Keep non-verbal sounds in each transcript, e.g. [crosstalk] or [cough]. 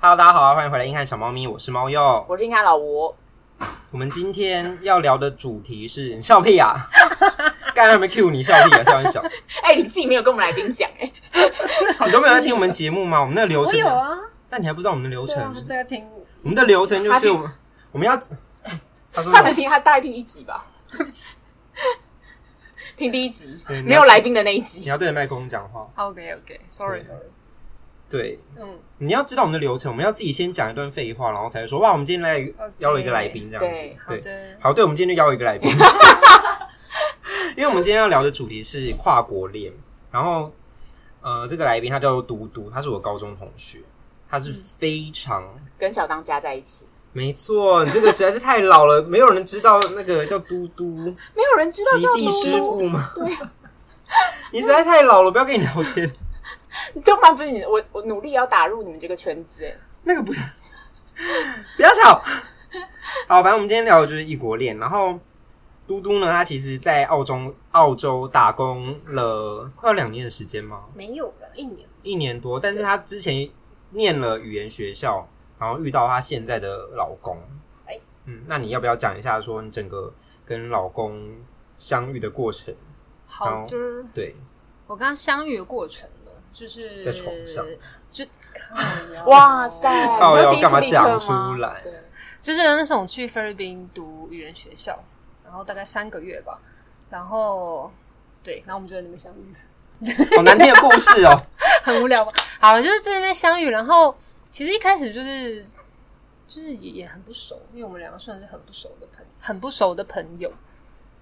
Hello，大家好，啊欢迎回来《硬汉小猫咪》，我是猫鼬。我是应该老吴，我们今天要聊的主题是 [laughs] 你笑屁 [laughs] 啊！刚才没 Q 你笑屁啊，笑一笑。哎、你自己没有跟我们来宾讲哎，你都没有在听我们节目吗？我们的流我程，有啊，但你还不知道我们的流对啊，程我是。在听，我们的流程就是我们我们要，他说他什只么？听他大概听一集吧，听第一集对，没有来宾的那一你集。要对着麦克风讲话。 OK OK，Sorry Sorry，对，嗯，你要知道我们的流程，我们要自己先讲一段废话，然后才说哇，我们今天来 OK 邀了一个来宾这样子对。哦好对，的，好，对，我们今天就邀一个来宾， [laughs] 因为我们今天要聊的主题是跨国恋。然后，呃，这个来宾他叫嘟嘟，他是我高中同学，他是非常、跟小当家在一起，没错，你这个实在是太老了，没有人知道那个叫嘟嘟没有人知道极叫地师嘟傅吗？对啊， [laughs] 你实在太老了，不要跟你聊天， [laughs] 嘟，都蛮不是你，我我努力要打入你们这个圈子哎。那个不是， [laughs] 不要吵。好，反正我们今天聊的就是异国恋，然后。嘟嘟呢？他其实，在澳洲澳洲打工了快要两年的时间吗？没有了，一年，一年多，但是她之前念了语言学校，然后遇到她现在的老公。哎嗯，那你要不要讲一下说你整个跟老公相遇的过程？好的，对，我刚刚相遇的过程呢，就是在床上，就靠啊 [laughs] 腰哇塞，靠你腰说第一次干嘛立刻讲吗出来对 [laughs] 就是那时候我去菲律宾读语言学校，然后大概三个月吧，然后对，然后我们就在那边相遇，好难听的故事 [laughs] 哦。很无聊 [laughs] 吧？好了，就是在那边相遇，然后其实一开始就是就是也也很不熟，因为我们两个算是很不熟的朋很不熟的朋友。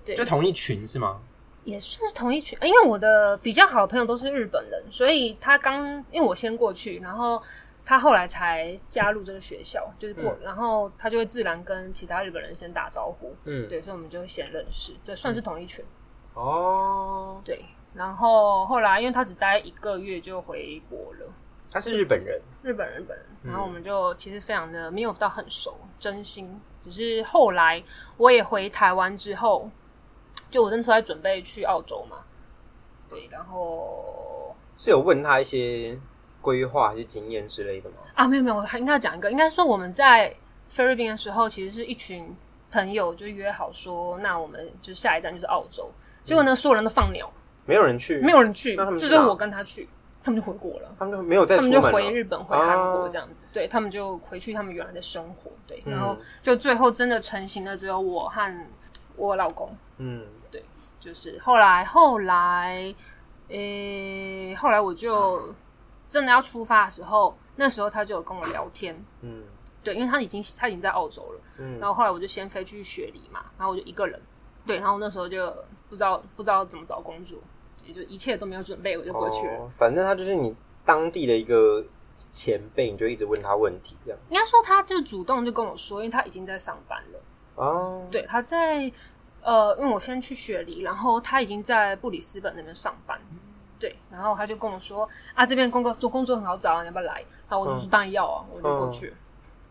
对，就同一群是吗？也算是同一群，因为我的比较好的朋友都是日本人，所以他刚因为我先过去，然后他后来才加入这个学校，就是过，然后他就会自然跟其他日本人先打招呼，嗯，对，所以我们就会先认识，对，算是同一群，哦，对。然后后来因为他只待一个月就回国了，他是日本人，日本人本人，嗯然后我们就其实非常的没有到很熟，真心只是后来我也回台湾之后，就我那时候在准备去澳洲嘛，对，然后是有问他一些规划还是经验之类的吗？啊，没有没有，我还应该要讲一个，应该说我们在菲律宾的时候，其实是一群朋友就约好说，那我们就下一站就是澳洲，结果呢，所有人都放鸟，没有人去，没有人去，嗯那他们就去是哪我跟他去，他们就回国了。他们就没有再他出们门就了回日本、回韩哦国这样子，对他们就回去他们原来的生活，对，嗯然后就最后真的成型的只有我和我老公，嗯，就是后来后来，诶、后来我就真的要出发的时候，那时候他就有跟我聊天，嗯对，因为他已经他已经在澳洲了，嗯然后后来我就先飞去雪梨嘛，然后我就一个人，对，然后那时候就不知道不知道怎么找工作，也就一切都没有准备，我就过去了。哦。反正他就是你当地的一个前辈，你就一直问他问题这样。应该说他就主动就跟我说，因为他已经在上班了，哦，，对，他在呃，因为我先去雪梨，然后他已经在布里斯本那边上班。对，然后他就跟我说啊，这边工作做工作很好找啊，你要不要来？然后我嗯就说当然要啊，我就过去了。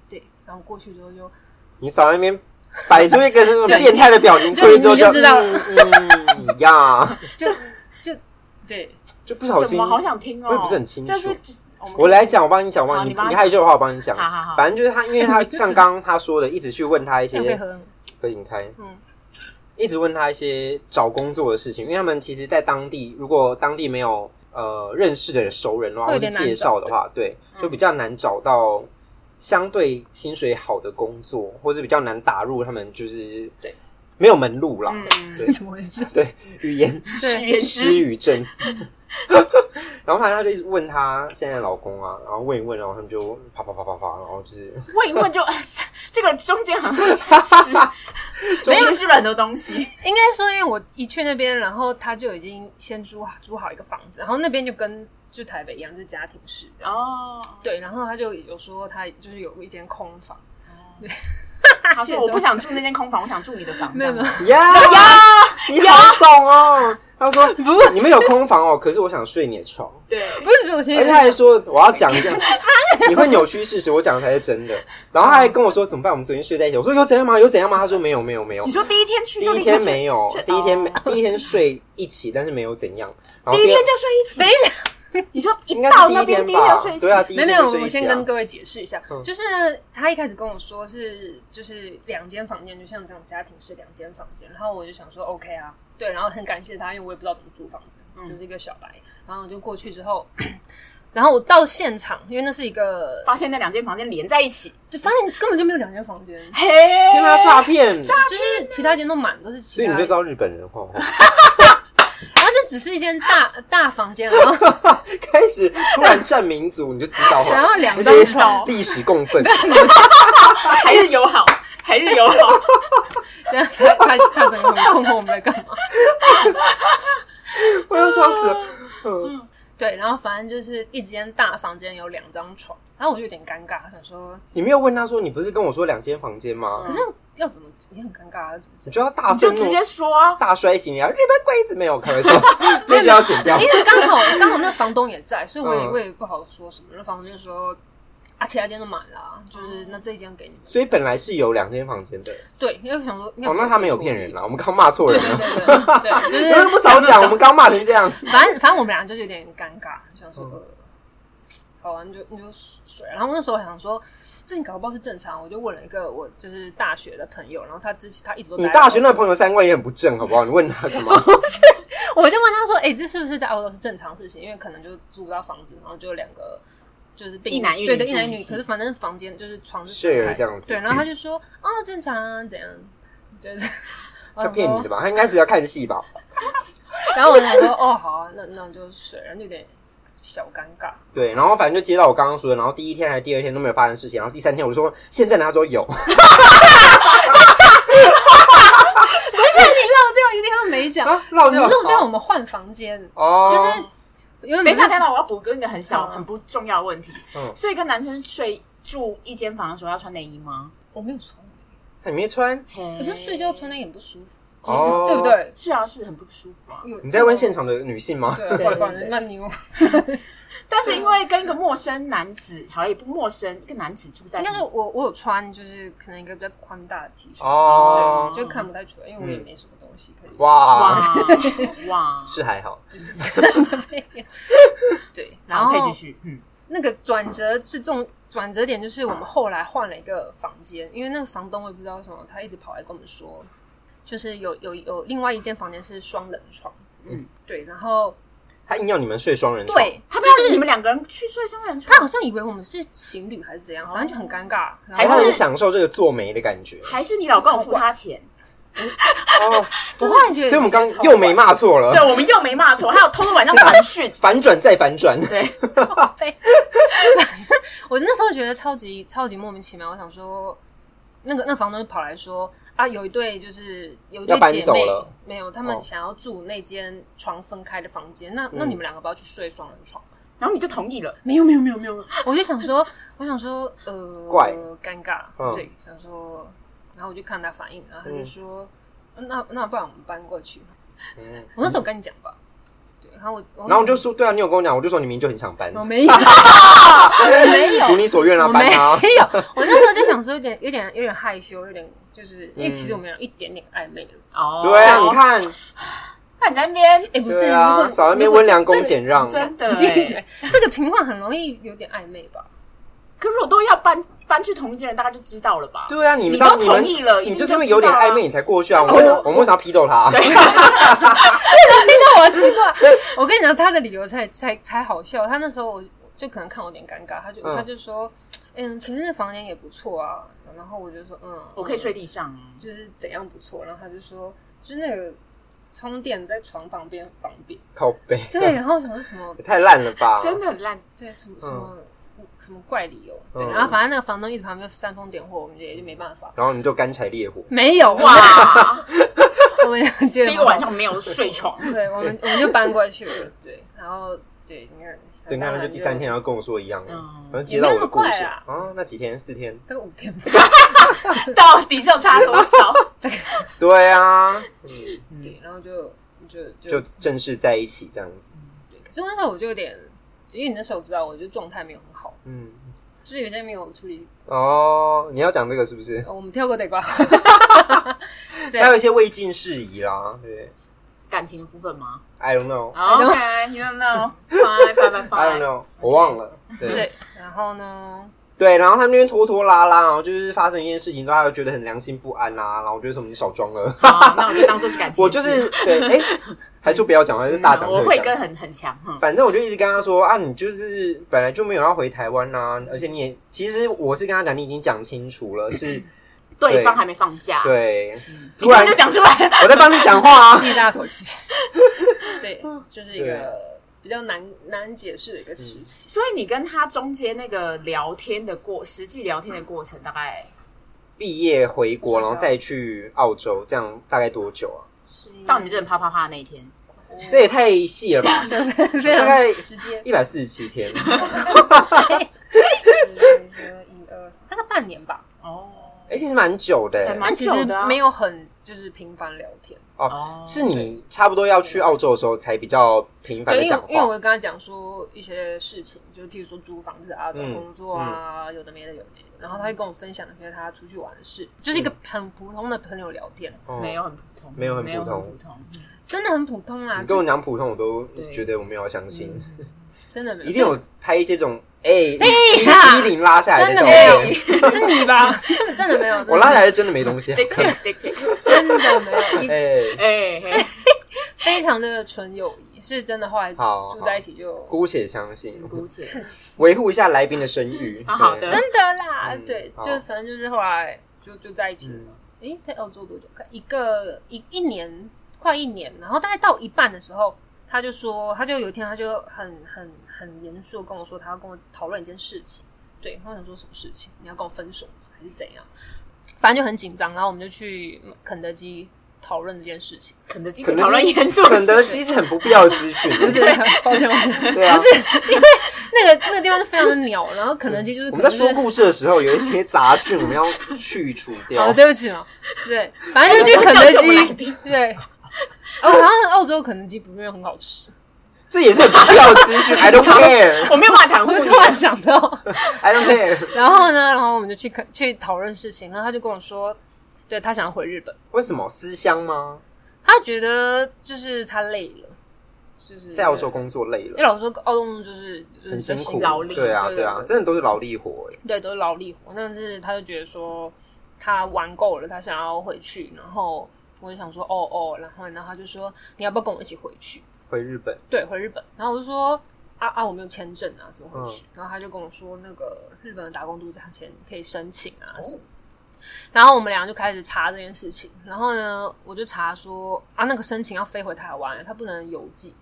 对，然后过去之后就你少在那边摆出一个这种这变态的表情， [laughs] 就过去你之后你就知道了嗯嗯 [laughs] 呀，就就对，就不小什心么。好想听哦，我也不是很清楚这是就是们可以我来讲，我帮你讲，我帮好你你帮你他害羞的话，我帮你讲。好好好反正就是他，因为 [laughs] 他像刚刚他说的，一直去问他一要可以些， [laughs] 喝。可以你开，嗯一直问他一些找工作的事情，因为他们其实，在当地如果当地没有呃认识的熟人的话，会或有是点介难绍找的话，对，嗯就比较难找到相对薪水好的工作，或是比较难打入他们就是对没有门路啦，对嗯，怎么回事？ [laughs] 对，语言对，也失是语 [laughs] 症。然后反正他就一直问他现在的老公啊，然后问一问，然后他们就啪啪啪啪啪，然后就是问一问就 [laughs] 这个中间好 [laughs] 像是没有吃了很多东西，应该说，因为我一去那边，然后他就已经先租好租好一个房子，然后那边就跟就台北一样，就是家庭式这样。哦，对，然后他就有说他就是有一间空 [laughs] 房，他说我不想住那间空房，我想住你的房。没有没有这样呀呀，你好懂哦。他说不，你们有空房哦，可是我想睡你的床。对，不是，我而且先他还说我要讲一个，你会扭曲事实，我讲的才是真的。然后他还跟我说怎么办，我们昨天睡在一起。我说有怎样吗？有怎样吗？他说没有没有没有你。说第一天去第就一立天刻睡没有睡，第一天没哦第一天睡一起，但是没有怎样。然后第一第天二就睡一起，等一下，你说 [laughs] 一应该到是第那一边天第一天吧就睡？对啊，第一没有天没就有，睡一我先起啊跟各位解释一下，嗯就是他一开始跟我说是就是两间房间，就像这样家庭是两间房间，然后我就想说 OK 啊，对，然后很感谢他，因为我也不知道怎么租房嗯子，就是一个小白，然后我就过去之后， [clears throat] 然后我到现场，因为那是一个，发现那两间房间连在一起，就发现根本就没有两间房间，嘿，天啊，诈 [laughs] 骗！就是其他间都满，都是所其以他你就知道日本人吼，吼然后就只是一间大大房间，然 [laughs] 后 [laughs] 开始突然占民族，你就知 [laughs] 道吼然后两那张些床历史共愤，台日友好，台日 [laughs] 友好，这样他他他整个很困惑我们在干嘛。我要笑死了。嗯对，然后反正就是一间大房间有两张床，然后我就有点尴尬，想说，你没有问他说，你不是跟我说两间房间吗可？是要怎么也很尴尬，要怎么你讲？就要大你就愤怒直接说啊，大摔行啊！日本鬼子没有开玩笑，这就要剪掉因。为刚好刚好那房东也在，所以我也嗯我也不好说什么。那房东就说啊，其他间都满了啊，就是那这一间给你们。所以本来是有两间房间的，对，因为想说，应嗯该哦，那他没有骗人了。啦，我们刚骂错对人对了，对对对， [laughs] 为什就是么不早讲？我们刚骂成这样，反正反正我们俩就是有点尴尬，想说、嗯呃，好啊，你就你就睡。然后我那时候想说，这你搞不好是正常，我就问了一个我就是大学的朋友，然后他之前他一直都你待大学澳洲那朋友三观也很不正，好不好？你问他干嘛？ [laughs] 我就问他说：“哎、这是不是在澳洲是正常事情？因为可能就租不到房子，然后就两个就是病一男一女对对，一住一男一女。起可是反正房间就是床是 Share 分开这样子对，然后他就说：哦，正常啊，怎样？就是他骗你的。吧？他应该是要看戏吧？然后我就想说：哦，好啊，那那我就睡，然后就有点小尴尬。对，然后反正就接到我刚刚说的，然后第一天还是第二天都没有发生事情，然后第三天我就说现在呢，他说有， [laughs] 不是你漏掉一定要没讲，啊漏掉你漏掉好我们换房间，哦，就是因为等一下，不是等一下，我要补一个一个很小、嗯很不重要的问题。嗯所以跟男生睡住一间房的时候要穿内衣吗？我没有穿，哎你没穿嘿可是睡觉穿那也很不舒服，哦对不对？是啊，是很不舒服啊。有你在问现场的女性吗？对，对怪怪的对那你有但是因为跟一个陌生男子，好像也不陌生，一个男子住在应该是我我有穿，就是可能一个比较宽大的 T 恤，哦嗯对，就看不太出来，因为我也没什么东西可以。哇，哇哇，啊是还好，对，然然后后可以继续，嗯，那个转折最重转折点就是我们后来换了一个房间，因为那个房东我也不知道为什么，他一直跑来跟我们说，就是有有有另外一间房间是双人床，嗯嗯，对，然后他硬要你们睡双人床，对，他他不就要你是们两个人去睡双人他好床，像以为我们是情侣还是怎样，反正就很尴尬，然后还然后是很享受这个做媒的感觉还是你老公有付他钱？哦。我突然觉得，所以我们刚又没骂错了，对，，我们又没骂错，还有偷偷晚上传讯 [laughs] 反转再反转，对，被。我那时候觉得超级超级莫名其妙，我想说，那个那房东就跑来说啊，有一对就是有一对要搬姐走妹了没有，他们哦想要住那间床分开的房间，那那嗯你们两个不要去睡双人床。 [laughs] 然后你就同意了，没有没有没有没有，我就想说，我想说，呃，怪尴尬，嗯对，想说，然后我就看他反应，然后他就嗯说，那那不然我们搬过去。嗯，我那时候跟你讲吧，对，然后我 [laughs] 然后我就说，对啊，你有跟我讲，我就说你明明就很想搬，我没有没有 [laughs] 如你所愿啊，我没搬啊， [laughs] 有，我那时候就想说有点有点有点害羞，有点就是因为嗯其实我们俩一点点暧昧了。哦对啊，你，看，那你在那边哎，不是，对如啊，果少在那边如果温良恭这俭让，哎真的这闭欸，嘴这个情况很容易有点暧昧吧？ [laughs] 可是我都要搬搬去同一间人，大概就知道了吧？对啊，你你们都当你们同意了，一你定就是因知道为有点啊暧昧，你才过去啊！我们我们为啥批斗他？听到我奇怪，我跟你讲他的理由才才才好笑。他那时候我就可能看我有点尴尬，他就嗯他就说，嗯，其实那房间也不错啊。然后我就说，嗯，我可以睡地上啊。就是怎样不错。然后他就说，就是那个充电在床旁边方便。 [laughs] 靠背，对，然后我想说什么也太烂了吧！真的很烂，对，什么嗯什么、什么怪理由？对，嗯然后反正那个房东一直旁边煽风点火，我们也就没办法。然后你就干柴烈火，没 [laughs] 有哇，啊 [laughs] 哇！我们第第一个晚，上没有睡床，对，我们我们就搬过去了。对，然后对，你看，对，你看他就第三，天要跟我说一样，嗯然后接到我的故也没那事么快啊，那几天四天，大概五天吧。 [laughs] [laughs] 到底是要差多少？对啊，嗯对，然后就就就就正式在一起这样子，对。可是那时候我就有点，因为你那时候知道，我就状态没有很好，嗯，就是有些没有处理。哦，你要讲这个是不是？呃我们跳过这一关，对还有一些未尽事宜啦，对，感情的部分吗 I don't know， don't- ？OK，you don't I know，fine fine don't fine fine。 know，我忘了。对对，然后呢，对，然后他们那边拖拖拉拉，然后就是发生一件事情之后，他就觉得很良心不安啊，然后我觉得什么你少装了，好，那我就当做是感 [laughs] 情我的事。就是对，哎、还是不要讲，还是大讲嗯我特会讲。跟很很强，嗯反正我就一直跟他说啊，你就是本来就没有要回台湾啊，而且你也其实我是跟他讲，你已经讲清楚了，是对方还没放下，，对，你突突然然就讲出 [laughs] 来了。我在帮你讲话啊。吸一大 [laughs] 口气，对，嗯就是一个比较难难解释的一个事情。所以你跟他中间那个聊天的过，实际聊天的过程大概毕业回国，然后再去澳洲，这样大概多久啊？到你真的啪啪啪的那一天，这也太细了吧，非大常概直接，一百四十七天。一二三，大概半年吧。哦，哎、其实蛮久的、还欸，蛮 [laughs] 但其久实的啊，没有很就是频繁聊天，哦，是你差不多要去澳洲的时候才比较频繁对，的因为讲因为我话。跟他讲说一些事情，就是譬如说租房子嗯啊、找工作啊，有的没的有的没的，然后他会跟我分享一些他出去玩的事，就是一个很普通的朋友聊天，哦没有很普通，没有很普没通有很普通，真的很普通啊你，跟我讲普通，我都对觉得我没有要相信，嗯真的没一定有拍一些这种哎呀衣领拉下来真的照的没有片，，是你吧？ [laughs] 真的没有，我拉下来是真的没东西。啊 [laughs] 对 [laughs] 对对对，真的没有，一哎，哎，嘿非常的纯友谊，是真的。后来好住在一起就姑且相信，姑且维护一下来宾的声誉。好好对的 [laughs] 真的啦，嗯对，好嗯就反正就是后来就就在一起了嘛。诶，在澳洲多久？看一个一一年，快一年。然后大概到一半的时候，他就说，他就有一天他就很很很严肃地跟我说，他要跟我讨论一件事情。对，然后我想说什么事情？你要跟我分手吗？还是怎样？反正就很紧张，然后我们就去肯德基讨论这件事情。肯德基肯德基讨论严肃的肯德 [laughs] 事基是很不必要的资讯，不是， [laughs] 抱歉，抱歉，对啊 [laughs] 不。是因为那个那个地方就非常的鸟，然后肯德基就是我可们能在是说故事的时候，有一些杂讯，我们要去除好，掉。对不起嘛， [laughs] 对，反正就去肯德基，对。 [laughs] 哦，好像澳洲肯德基不是很好 [laughs] 吃，这也是很不必要的资讯。I don't care, 我没有办法袒护 [laughs] 我就你突然想到。 I don't care。 [laughs] 然后呢，然后我们就去肯去讨论事情，然后他就跟我说，对他想要回日本，为什么思乡吗？他觉得就是他累了，就是在澳洲，工作累因了嗯为，老实说澳洲工作就是就是很比较辛苦。劳力对啊，对对啊，真的都是劳力活。哎对，都是劳力活。但是他就觉得说他玩够了，他想要回去。然后我就想说哦哦，然后然后他就说你要不要跟我一起回去？回日本，对，回日本。然后我就说啊啊，我没有签证啊，怎么回嗯去？然后他就跟我说那个日本的打工度假签可以申请哦啊什么。然后我们俩就开始查这件事情，然后呢，我就查说啊，那个申请要飞回台湾，他不能邮寄。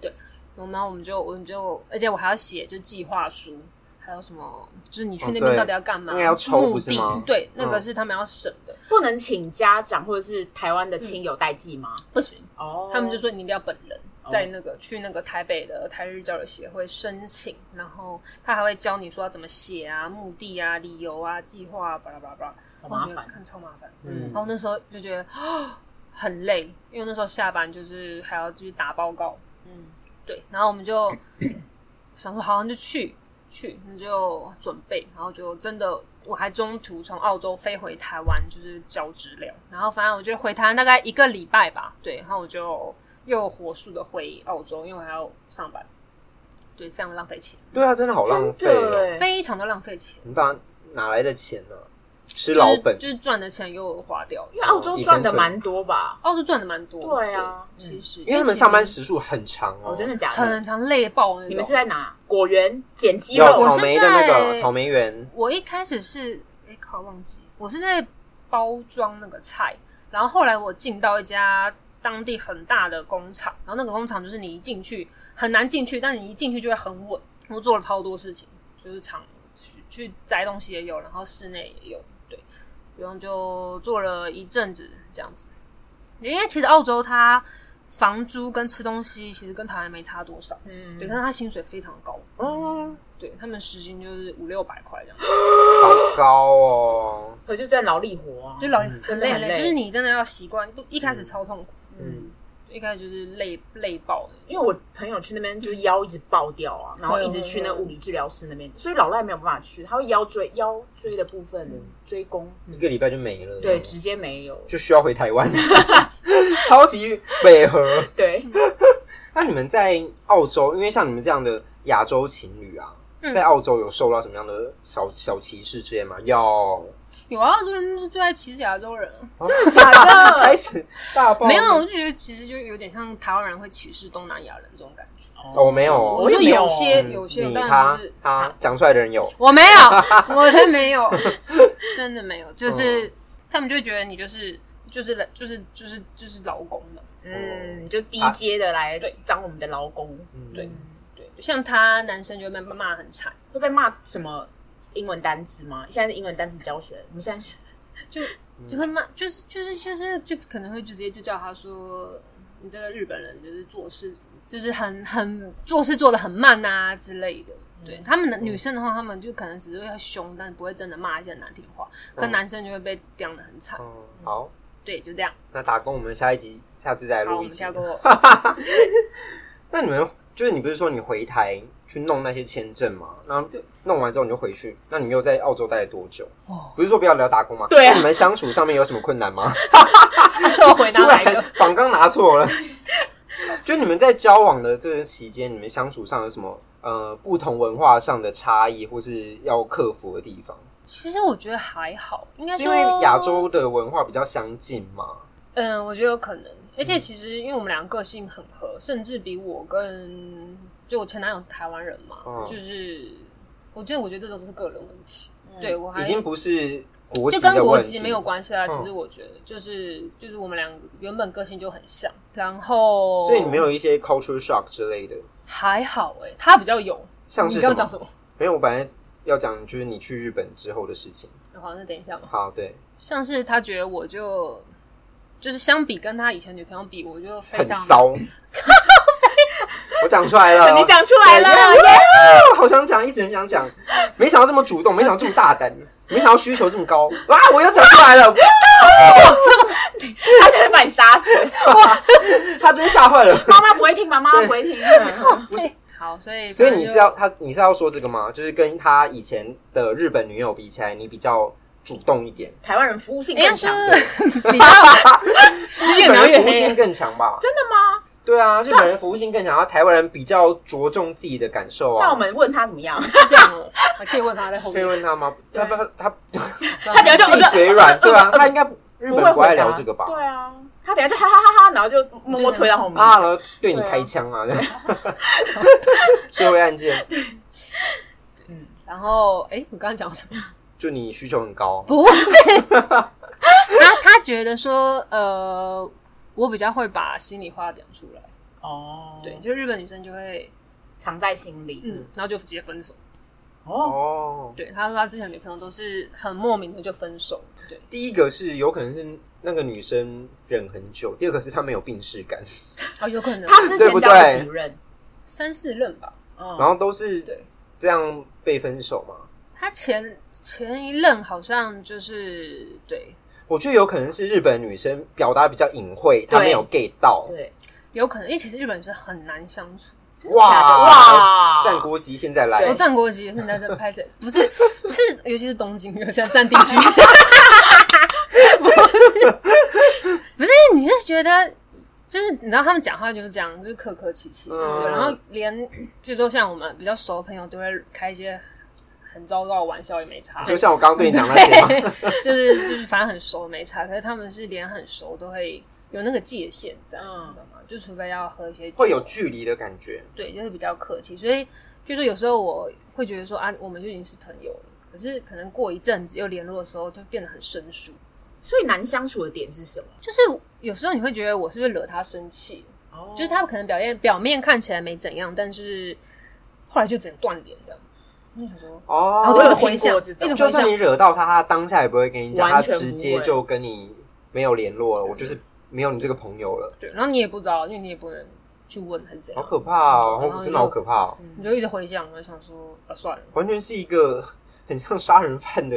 对，然后我们就我们就，而且我还要写就计划书，还有什么，就是你去那哦对边到底要干嘛？那个要抽目不是的吗对，那个嗯是他们要审的，不能请家长或者是台湾的亲友代寄吗？不行。哦他们就说你一定要本人在那个、去那个台北的台日交流协会申请，然后他还会教你说要怎么写啊、目的啊、理由啊、计划啊，巴拉巴拉巴拉。好麻我觉得烦，看超麻烦。嗯然，后那时候就觉得 [gasps] 啊很累，因为那时候下班就是还要继续打报告，嗯，对，然后我们就 [coughs] 想说，好，那就去去，那就准备，然后就真的，我还中途从澳洲飞回台湾，就是交资料，然后反正我就回台湾大概一个礼拜吧，对，然后我就又火速的回澳洲，因为我还要上班，对，非常浪费钱，对啊，真的好浪真费哦。的哎，非常的浪费钱，你把哪来的钱呢？吃就是老本，就是赚的钱又花掉了，因为澳洲赚的蛮多吧？澳洲赚的蛮多，对啊，其实因为他们上班时时数很长哦。哦，真的假的？很常累爆那种，你们是在哪？果园捡鸡有肉啊我草是莓的那个在草莓园，我一开始是哎靠忘记，我是在包装那个菜，然后后来我进到一家当地很大的工厂，然后那个工厂就是你一进去很难进去，但你一进去就会很稳。我做了超多事情，就是厂去去摘东西也有，然后室内也有，对，然后就做了一阵子这样子。因为其实澳洲它房租跟吃东西其实跟台湾没差多少，嗯对，但是它薪水非常高，嗯，对他们时薪就是五六百块这样。好高哦。可就在劳力活啊，就老嗯很真的累很很累累，就是你真的要习惯，不一开始超痛苦，嗯，一开始就是累累爆的，因为我朋友去那边就腰一直爆掉啊，然后一直去那会会物理治疗师那边，所以老赖没有办法去，他会腰椎腰椎的部分追弓，嗯嗯一个礼拜就没了，对，直接没有。就需要回台湾。 [laughs] 超级违和。对，那你们在澳洲，因为像你们这样的亚洲情侣啊，嗯在澳洲有受到什么样的小小歧视之类吗？有，有啊，就是他们是最爱歧视亚洲人，真的假开 [laughs] 的？始大爆呃没有，我就觉得其实就有点像台湾人会歧视东南亚人这种感觉。哦我没有哦我就说没有哦些嗯有些，你但他是他讲出来的人有，我没 [laughs] 有，我才没有，真的没嗯有，就是、他们就会觉得你就是就是就是就是就是劳工嘛。嗯，就低阶的来当我们的劳工，嗯对对，像他男生就会被骂很惨，会被骂什么英文单字吗？现在是英文单字教学，我们现在是就就会骂，就是就是就是就可能会直接就叫他说你这个日本人就是做事就是很很做事做的很慢啊之类的。对他们的嗯女生的话，他们就可能只是会凶，但不会真的骂一些难听话。可嗯男生就会被刁的很惨。嗯，好，对，就这样。那打工我们下一集下次再好，录我一们集 [laughs] 跳。过。那你们就是你不是说你回台去弄那些签证吗？然后弄完之后你就回去，那你又在澳洲待了多久？哦不是说不要聊打工吗？对啊那你们相处上面有什么困难 [laughs] 吗？我回答突哪一个然？仿刚拿错了。 [laughs] 就你们在交往的这个期间，你们相处上有什么呃不同文化上的差异，或是要克服的地方？其实我觉得还好，应该是说因为亚洲的文化比较相近嘛？嗯，我觉得有可能。而嗯且其实因为我们俩个性很合，甚至比我跟就我前男友台湾人嘛，嗯就是我觉得我觉得这都是个人问题。嗯对我还已经不是国籍就跟的国问籍题没有关系啦。嗯其实我觉得就是就是我们俩原本个性就很像，然后所以你没有一些 culture shock 之类的，还好哎、他比较有。像你是刚什刚么讲？什么？没有，我本来要讲就是你去日本之后的事情。好，那等一下嘛。好，对，像是他觉得我就就是相比跟他以前女朋友比，我就非很常 [laughs] 骚。我讲出来了，你讲出来了啊对，啊好想讲，一直很想讲，没想到这么主动，没想到这么大胆，没想到需求这么高。哇，我又讲出来了，他现在把你杀死，他真吓 [laughs] 坏了。妈妈不会听，妈妈不会 [laughs] 听。不是对 [laughs] 好，所以所以反正你就是要他，你是要说这个吗？就是跟他以前的日本女友比起来，你比较主动一点，台湾人服务性应该更哎是啊强，比 [laughs] 较，是不是日越本描越人服务性黑？更强吧？真的吗？对啊，日本人服务性更强，然后台湾人比较着重自己的感受啊。那我们问他怎么样？是这样哦，还可以问他在后可以面。问他吗？他不 [laughs] 他他等下就呃自己嘴软，对啊，他应该日不本会不回答爱聊这个吧？对啊，他等下就哈哈哈哈，然后就默默推到后面。啊，然后对你开枪啊，这样 [laughs] 社会案件，然后，哎，我刚刚讲什么？就你需求很高，不是，他他觉得说，呃，我比较会把心里话讲出来。哦，对，，就日本女生就会，藏在心里。嗯，然后就直接分手。哦，哦。对，他说他之前的女朋友都是很莫名的就分手。对，第一个是有可能是那个女生忍很久，第二个是她没有病耻感，哦，有可能他之前交了对几任？三四任吧。嗯然后都是对这样被分手嘛。他前前一任好像就是对，我觉得有可能是日本女生表达比较隐晦，她对没有 get 到，对，有可能，因为其实日本女生很难相处。真的假的哇哇，战国级现在来我对哦战国级现在在 [laughs] 拍摄，不是是，尤其是东京，尤其是占地区，不是不是，你是觉得就是你知道他们讲话就是这样，就是客客气气，嗯对，然后连比如说像我们比较熟的朋友都会开一些很糟糕的玩笑，也没差，就像我刚刚对你讲那些嘛，就是就是反正很熟没差，可是他们是连很熟都会有那个界限在，嗯你懂吗？就除非要喝一些酒会有距离的感觉。对，就会比较客气。所以，譬如说有时候我会觉得说啊，我们就已经是朋友了，可是可能过一阵子又联络的时候，就变得很生疏。所以难相处的点是什么？就是有时候你会觉得我是不是惹他生气？哦就是他可能表现表面看起来没怎样，但是后来就整个断联这样。你想说，然后哦就一有听直回想，过一这直种回就想算你，惹到他，他当下也不会跟你讲，他完全不会直接就跟你没有联络了，我就是没有你这个朋友了，对，然后你也不知道，因为你也不能去问还是怎好样，可怕然哦后，就真的好可怕哦，你就一直回想，我就想说啊，算了，完全是一个 [laughs] 很像杀人犯的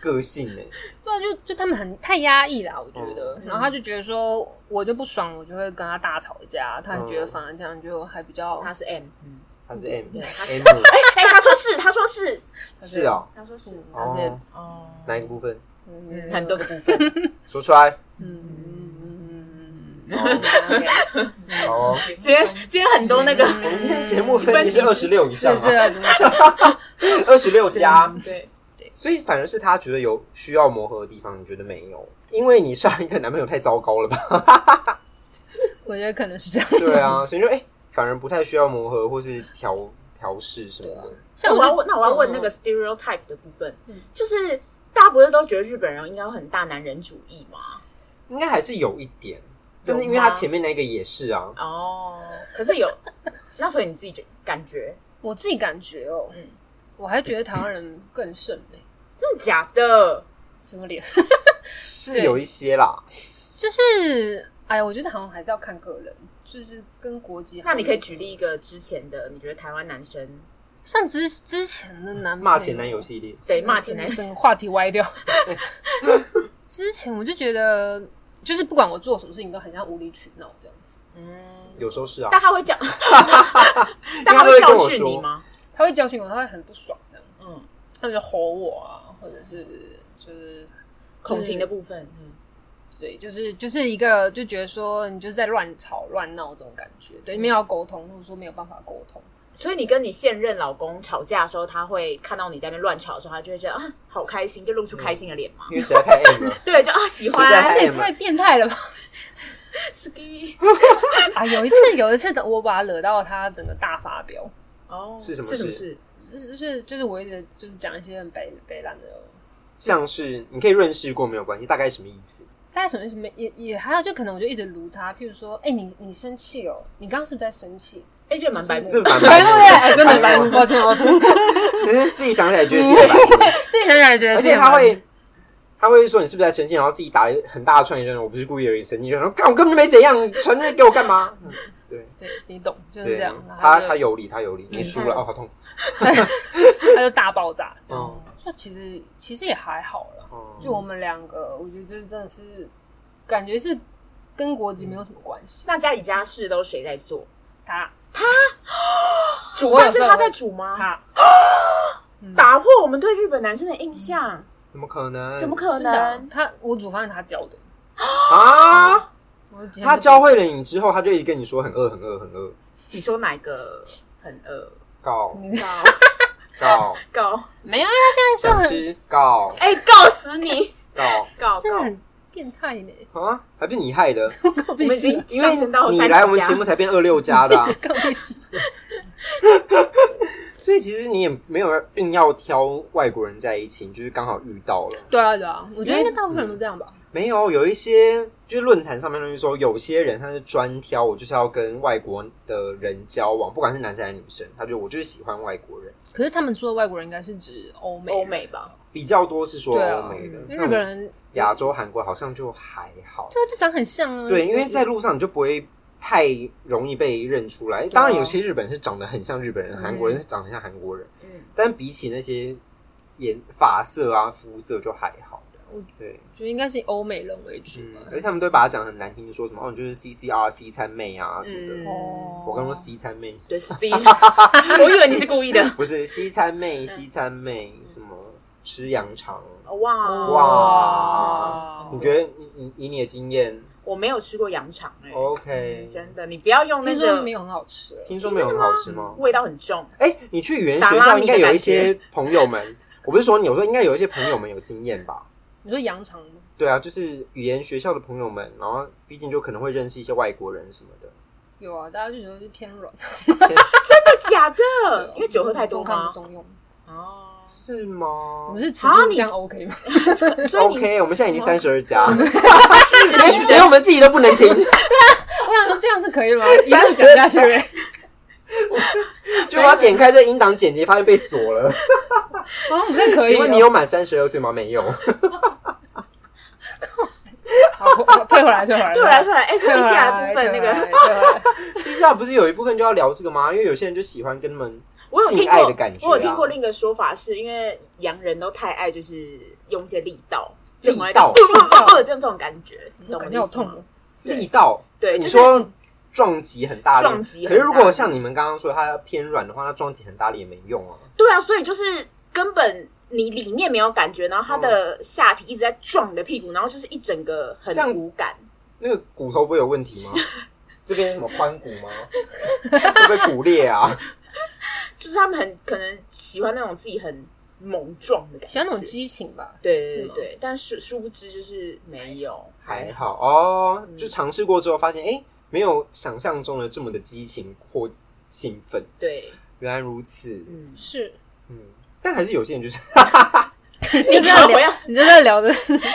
个性哎，对啊，就就他们很太压抑啦，我觉得。然后他就觉得说，我就不爽，我就会跟他大吵一架。他觉得反而这样就还比较，他是 M，嗯，他是 M 对他 M 哎，他说是，他说是，是哦，他说是，他是哦，哦，哪一个部分嗯很多个部分，说出来？哦嗯嗯嗯嗯嗯嗯好哦，今天今天很多那个我们今天节目分级是二十六以上是这啊，样，怎么讲？二十六加，对，所以反而是他觉得有需要磨合的地方，你觉得没有？因为你上一个男朋友太糟糕了吧？我觉得可能是这样。 [laughs] 对啊，所以就哎、反而不太需要磨合或是调调试什么的。 [laughs] 那像我我要就嗯问，那我要问那个 stereotype 的部分，就是大家不是都觉得日本人应该会很大男人主义吗？应该还是有一点，有但是因为吗他前面那个也是啊，哦，可是有， [laughs] 那所以你自己觉感觉我自己感觉哦，嗯我还觉得台湾人更胜嘞、真的假的？什么脸？是对有一些啦。就是哎呀，我觉得好像还是要看个人，就是跟国籍好那像。你可以举例一个之前的，你觉得台湾男生像之之前的男朋友骂前男友系列，嗯对啊骂前男 [laughs] 整友个话题歪掉。 [laughs] 之前我就觉得，就是不管我做什么事情都很像无理取闹这样子。嗯，有时候是啊但，他会讲，但因为他他会会教跟我训说你吗？他会教训我，他会很不爽这样，嗯，他就吼我啊，或者是就是孔情的部分，嗯，对，就是就是一个就觉得说你就是在乱吵乱闹这种感觉，对，没有要沟通，或者说没有办法沟通。所以你跟你现任老公吵架的时候，他会看到你在那边乱吵的时候，他就会觉得啊，好开心，就露出开心的脸嘛。因为实在太 M 了。对，就啊，喜实在欢太这也太变态了吧！ [laughs] ski 啊，有一次有一次我把他惹到他整个大发飙，哦，是什么是什么事事？就是就是就是我一直就是讲一些很北北烂的像是你可以认识过没有关系，大概什么意思？大概什么什么也也还好，就可能我就一直撸他，譬如说，哎、你你生气哦，你刚刚是不是在生气？哎，这蛮白目的，这蛮白目耶，白哎目真的白 [laughs] 目，抱歉抱歉，可是自己想起来觉得自己很白目，这想起来觉得而自己且他蛮会。他会说你是不是在生气，然后自己打很大的串一阵，我不是故意而已生气，就说干我根本就没怎样，你传那给我干嘛？嗯对对你懂，就是对这样。，他然后就他有理，他有理，你嗯输了他哦，好痛。他就大爆炸。哦就其实其实也还好啦，哦就我们两个，我觉得这真的是感觉是跟国籍没有什么关系。那家里家事都谁在做？他煮我饭有是时候他会在煮吗？他嗯啊打破我们对日本男生的印象，怎么可能？怎么可真的啊能？他我煮饭是他教的，哎啊？我今天他就教会了你之后，他就一直跟你说很饿，很饿，很饿，你说哪个很饿？告你高 [laughs] 告高，没有，因为他现在想说很吃告哎，告死你！告 [laughs] 告真的告，很变态呢，啊，还不是你害 [laughs] 的，我我 [laughs] 必们已须经因为上升到你三来我十们节目家，才变二六加的、 [laughs] 啊，更必须。所以其实你也没有硬要挑外国人在一起，你就是刚好遇到了。对啊，对啊，我觉得因应该为大部分人都这样吧。没有，有一些就是论坛上面就是说，有些人他是专挑，我就是要跟外国的人交往，不管是男生还是女生，他就我就是喜欢外国人，可是他们说的外国人应该是指欧美人欧美吧？比较多是说对啊欧美的，因为日本人亚洲、韩国好像就还好。对啊，就长很像啊。对，因为在路上你就不会太容易被认出来。当然，有些日本是长得很像日本人，嗯韩国人是长得像韩国人，嗯，但比起那些颜发色啊、肤色就还好。对，觉得应该是以欧美人为主嗯吧，。而且他们都会把它讲得很难听，说什么哦，你就是 C C R C 餐妹啊什么的。嗯哦我刚说 C 餐妹， [laughs] 对 C，我以为你是故意的。不是西餐妹，西餐妹什么吃羊肠？嗯啊哇哇你觉得你你以你的经验我没有吃过羊肠哎、哦，OK？真的，你不要用那听说个没有很好吃了，听说没有很好吃吗？味道很重。哎、你去语言学校应该有一些朋友们， [laughs] 我不是说你，我说应该有一些朋友们有经验吧？你说羊肠吗？对啊，就是语言学校的朋友们，然后毕竟就可能会认识一些外国人什么的。有啊，大家就觉得是偏软，真的假的？因为酒喝太多中看吗不？中用。哦，是我吗们是尺啊度你这样 OK 吗？所以你？OK，我们现在已经三十二家，一直提连升 [laughs] 连我们自己都不 [laughs] 能停。我想说这样是可以吗？一路讲下去，就我要点开这音档剪辑，发现被锁了。好像不太可以请哦。问你有满三十二岁吗？没有。好？我退回来，退 [laughs] 回来。对我来说，哎，C 退回 C 来，来的 [laughs] 部分那退个，回来退回来其实啊，不是有一部分就要聊这个吗？因为有些人就喜欢跟他们我有听性爱过的感觉、啊，我有听过另一个说法，是因为洋人都太爱就是用一些力道，就很爱力道这样呃呃呃这种这种感觉，你懂我感我觉的好意思痛吗？哦。力道。对你就是说撞击很大力，撞击可很是大如果像你们刚刚说，它偏软的话，它撞击很大力也没用啊。对啊，所以就是根本你里面没有感觉，然后他的下体一直在撞你的屁股，然后就是一整个很这样无感。那个骨头不会有问 [laughs] 题吗？这边什么髋骨吗？会不会骨裂 [laughs] 啊？就是他们很可能喜欢那种自己很猛撞的感觉，喜欢那种激情吧？对对是对吗，对，但殊殊不知就是没有，还好哦，就尝试过之后发现，哎、没有想象中的这么的激情或兴奋，对，原来如此。 [laughs] 嗯，是，嗯，但还是有些 [laughs] 人就是就你这只样要回到聊，你就在聊的，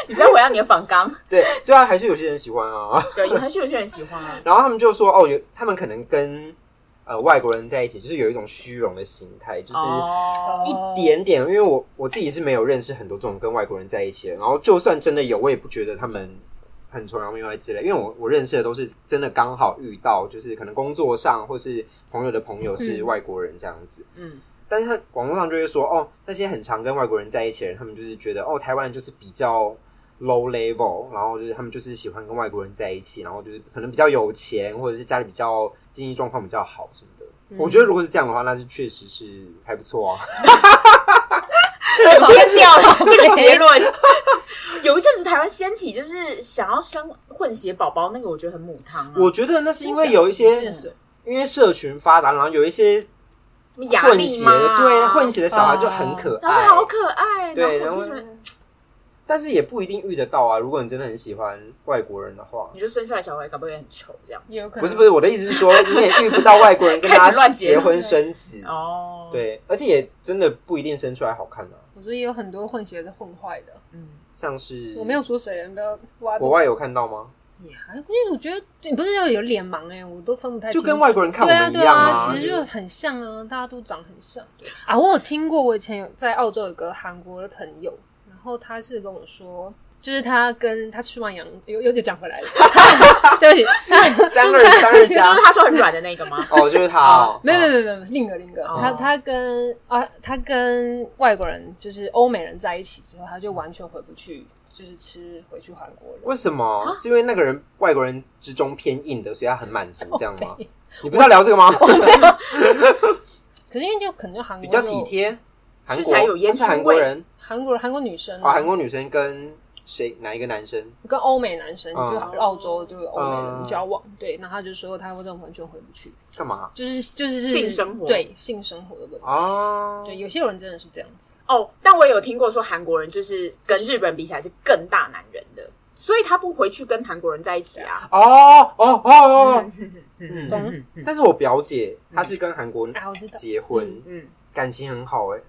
你只要回到你的反刚， [laughs] 对 [laughs] 对啊，还是有些人喜欢啊。对，还是有些人喜欢啊，然后他们就说，哦，有他们可能跟呃外国人在一起，就是有一种虚荣的心态，就是。哦，一点点，因为我我自己是没有认识很多这种跟外国人在一起的，然后就算真的有，我也不觉得他们很崇洋媚外之类，因为我我认识的都是真的刚好遇到，就是可能工作上或是朋友的朋友是外国人这样子， [laughs] 嗯，但是他网络上就会说，哦，那些很常跟外国人在一起的人，他们就是觉得，哦，台湾人就是比较 low level，然后就是他们就是喜欢跟外国人在一起，然后就是可能比较有钱，或者是家里比较经济状况比较好什么的。 [laughs] 嗯我觉得如果是这样的话，那是确实是还不错啊。有偏 [laughs] 掉了这个结论。有一阵子台湾掀起就是想要生混血宝宝，那个我觉得很母汤啊，我觉得那是因为有一嗯些，因为社群发达，然后有一些什么压混力血，吗？对混，血的小孩就很可然后爱，就好可爱，对，然然后后我就觉得。但是也不一定遇得到啊。如果你真的很喜欢外国人的话，你就生出来小孩，搞不好也很丑这样。也有可能不是不是，我的意思是说，你也遇不到外国人跟开他始乱结结论婚生子，哦，，对，而且也真的不一定生出来好看啊。我觉得也有很多混血的混坏的，嗯，像是我没有说谁，你不要挖洞国。外有看到吗？也还，因为我觉得对不是要有脸盲哎、我都分不太清就楚。跟外国人看我对啊们一对样啊，啊，其实就就很像啊，大家都长很像啊。我有听过，我以前有在澳洲有个韩国的朋友，然后他是跟我说。就是他跟他吃完羊，有有点讲回 [laughs] 来了， [laughs] 对不起，他三二三二 [laughs] 就加是他说很软的那个吗？哦，就是他哦， [laughs] 没有没有哦没有没有，另一个另一个，哦他他跟啊他跟外国人就是欧美人在一起之后，他就完全回不去，就是吃回去韩国人。为什么？是因为那个人外国人之中偏硬的，所以他很满足这样吗靠北？你不是要聊这个吗？可是因为就可能就韩国比较就体贴，韩吃国起来有烟他是韩国人韩国人韩国女生啊，啊韩国女生跟谁哪一个男生？跟欧美男生，嗯就澳洲就是欧美人嗯交往，对，然后他就说他会这种完全回不去，干嘛就是就是性生活对性生活的问题，啊？对，有些人真的是这样子，嗯哦，但我也有听过说韩国人就是跟日本人比起来是更大男人的，所以他不回去跟韩国人在一起啊。哦哦哦哦！嗯懂嗯嗯但是我表姐她是跟韩国啊，我知道，结婚，嗯，感情很好哎、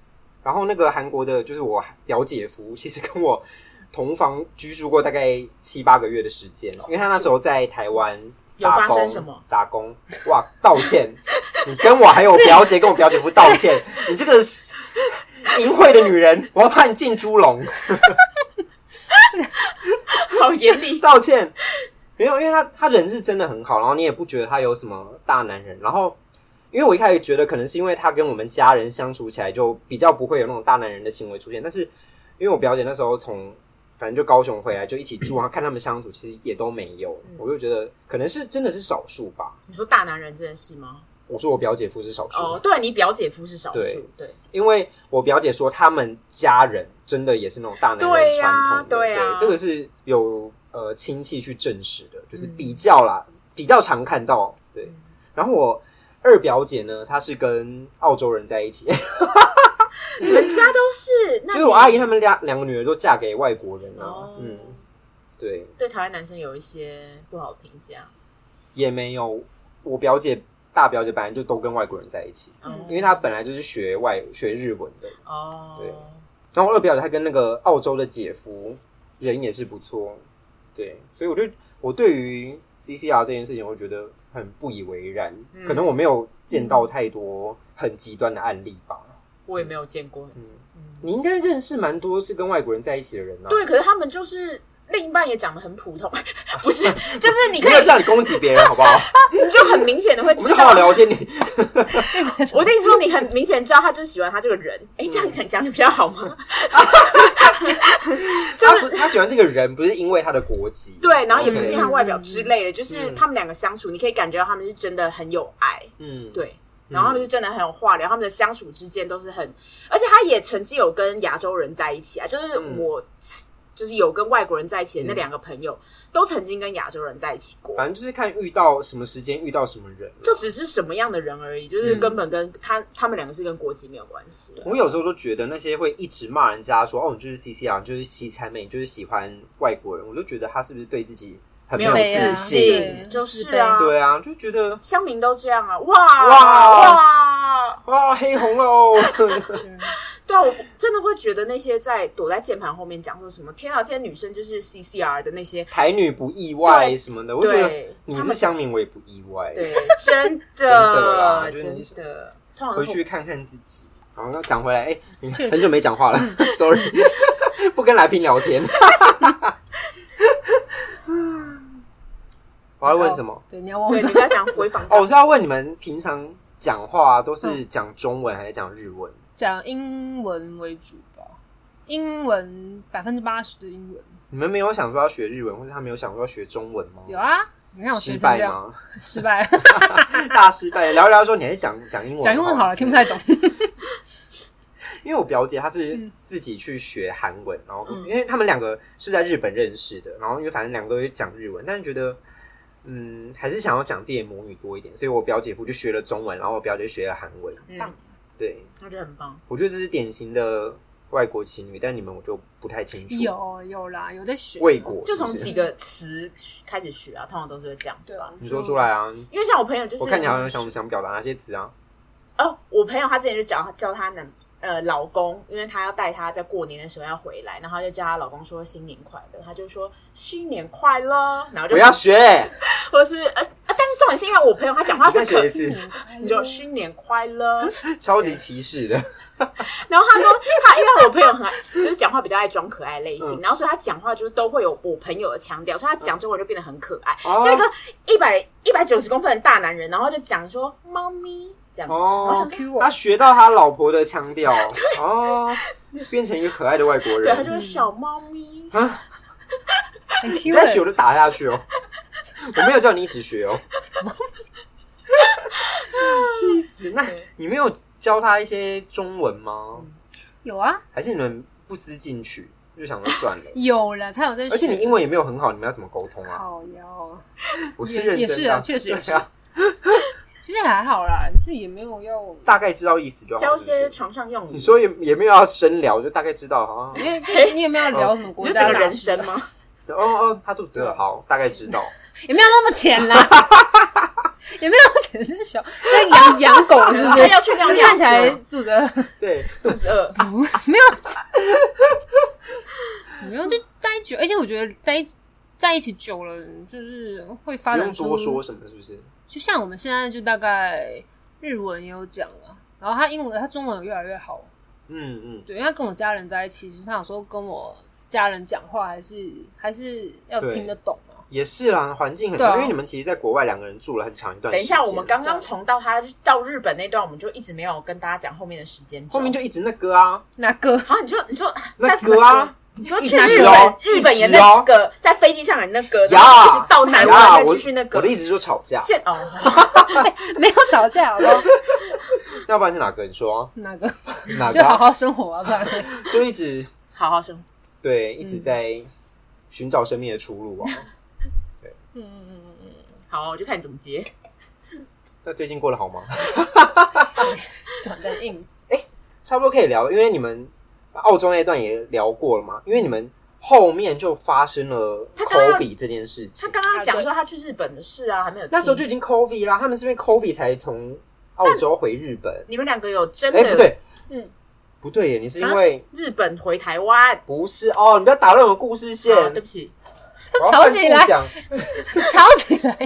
然后那个韩国的，就是我表姐夫，其实跟我同房居住过大概七八个月的时间，因为他那时候在台湾哦有打发工生什么打工，哇，道歉！你跟我还有我表姐跟我表姐夫道 [laughs] 歉，你这个淫秽的女人，我要判进猪笼，好严 [laughs] 厉。道歉。没有，因为他他人是真的很好，然后你也不觉得他有什么大男人，然后。因为我一开始觉得可能是因为他跟我们家人相处起来就比较不会有那种大男人的行为出现，但是因为我表姐那时候从反正就高雄回来就一起住，然后啊看他们相处，其实也都没有，我就觉得可能是真的是少数吧。你说大男人这件事吗？我说我表姐夫是少数，哦，对你表姐夫是少对数，对，因为我表姐说他们家人真的也是那种大男人对传呀统的，对呀嗯这个是有呃亲戚去证实的，就是比较啦，比较常看到。对，然后我二表姐呢，她是跟澳洲人在一起，你们家都是，[laughs] 那就你是我阿姨他们俩两个女儿都嫁给外国人啊，哦嗯，对，对台湾男生有一些不好的评价，也没有我表姐大表姐本来就都跟外国人在一起，嗯因为她本来就是学外学日文的，哦，对然后我二表姐她跟那个澳洲的姐夫人也是不错，对，所以我就我对于 CCR 这件事情，我觉得很不以为然，嗯可能我没有见到太多很极端的案例吧。我也没有见过，嗯，嗯，你应该认识蛮多是跟外国人在一起的人啊。对，，可是他们就是另一半也长得很普通， [laughs] 不 [laughs] 是，就是你可没有以啊叫你攻击别 [laughs] 人好不好？你就很明显的会我知们就好好道，聊 [laughs] 天。你我的意思说你很明显知道他就是喜欢他这个人，哎，这嗯样讲讲的比较好吗？他不他喜欢这个人，不是因为他的国籍。对，然后也不 OK 是因为他外表之类的，就是嗯他们两个相处，你可以感觉到他们是真的很有爱，嗯，对，然后他们是真的很有话聊，他们的相处之间都是很，而且他也曾经有跟亚洲人在一起啊，就是嗯我就是有跟外国人在一起的那两个朋友，都曾经跟亚洲人在一起过，反正就是看遇到什么时间遇到什么人。就只是什么样的人而已，就是嗯啊根本跟他他们两个是跟国籍没有关系的。我有时候都觉得那些会一直骂人家说哦，你就是 C C 啊，你就是西餐妹，你就是喜欢外国人，我就觉得他是不是对自己很有有自自信？信对就是自啊卑对啊，就觉得乡民都这样啊，哇哇哇！哇黑红喽， [laughs] 对啊，我真的会觉得那些在躲在键盘后面讲说什么“天啊，这些女生就是 CCR 的那些台女不意外什么的，我觉得对你是乡民，我也不意”，外。对，真的啦的就是你真的，通常回去看看自己。好，那讲回来，哎、你确实很久没讲话了嗯，sorry，不跟来宾聊天。 [laughs] 我要问什么？对，你要问我对 [laughs] 什你么？在讲回访哦，我是要问你们平常讲话啊都是嗯讲中文还是讲日文？讲英文为主吧，英文百分之八十的英文你们没有想说要学日文，或者他没有想说要学中文吗？有啊。你看我学失成这败样，吗？ [laughs] 失败，大失败。聊一聊说你还是讲讲英文，讲英文好了，听不太懂。因为我表姐她是嗯自己去学韩文，然后嗯因为他们两个是在日本认识的，然后因为反正两个都会讲日文，但是觉得嗯还是想要讲自己的母语多一点，所以我表姐夫就学了中文，然后我表姐学了韩文。棒，对，嗯我觉得很棒。我觉得这是典型的外国情侣，但你们我就不太清楚。 [laughs] 有有啦，有在学未果就从是不是几个词开始学啊，通常都是会这样。对吧？ [laughs] 你说出来啊，因为像我朋友就是，我看你好像想想表达哪些词啊？哦，我朋友她之前就叫叫她男呃老公，因为她要带她在过年的时候要回来，然后她就叫她老公说新年快乐，她就说新年快乐，然后就我要学，或者是呃呃，但是重点是因为我朋友他讲话是你再可学一次，你就新年快乐，超级歧视 [laughs] 的。然后 [laughs] 他说他因为我朋友很爱，就是讲话比较爱装可爱类型，嗯然后所以他讲话就是都会有我朋友的腔调，所以他讲中文就变得很可爱，哦就一个一百一百九十公分的大男人，然后就讲说猫咪这样子，然后哦想说。 Q 他我，学到他老婆的腔 [laughs] 调哦，变成一个可爱的外国人。对，他就是小猫咪，啊很你 Q 再学我欸就打下去 [laughs] 哦！我没有叫你一直学哦。气死！那对你没有教他一些中文吗？有啊，？还是你们不思进取，就想着算 [laughs] 了有了，他有在学。而且你英文也没有很好，你们要怎么沟通啊？好呀，我是也认也真是的、啊确实也对啊其实还好啦，就也没有要， [laughs] 大概知道意思就好。教一是不是些床上用语。你说也也没有要深聊，就大概知道啊。因为就你也没有聊什么你国就家整的个大人事生啊， [laughs] 吗？哦哦，他肚子饿，好，大概 [laughs] 知道。也没有那么浅 [laughs] 啦，也没有那么浅，是小在养养狗是不 [laughs] 是？要去尿尿，啊看起来肚子对，啊肚子饿，没有，没有就待久，而且我觉得待在一起久了，就是会发不展用出多，说什么，是不是？就像我们现在就大概日文也有讲了，然后他英文他中文有越来越好，嗯嗯，对，因为他跟我家人在一起，其实他有时候跟我家人讲话还是还是要对听得懂嘛。也是啦，环境很对多，啊因为你们其实，在国外两个人住了很长一段等一时间。啊下，我们刚刚从到他到日本那段，我们就一直没有跟大家讲后面的时间轴。后面就一直那个啊，那个啊，你说你说那个啊，你说一去直日本、哦日本也一直哦那个，在飞机上也那个，然呀后一直到台呀湾再我继续那我个的。意思就是吵架，现哦，没有吵架，好不好？要不然是哪个？你说 [laughs] 啊那个哪就个好啊？好生活啊，不然就一直好好生活。对，一嗯直在寻找生命的出 [laughs] 路啊。嗯，好，我就看你怎么接。那最近过得好吗？转的硬。差不多可以聊，因为你们澳洲那段也聊过了嘛，因为你们后面就发生了他刚刚 COVID 这件事他情，刚刚讲说他去日本的事啊，还没有听。那时候就已经 COVID 啦，他们是因为 COVID 才从澳洲回日本。你们两个有真哎，不的对，嗯，不对耶，你是因啊为。日本回台湾？不是哦，你不要打乱我故事线。啊对不起，我要吵起反来复讲，吵起来，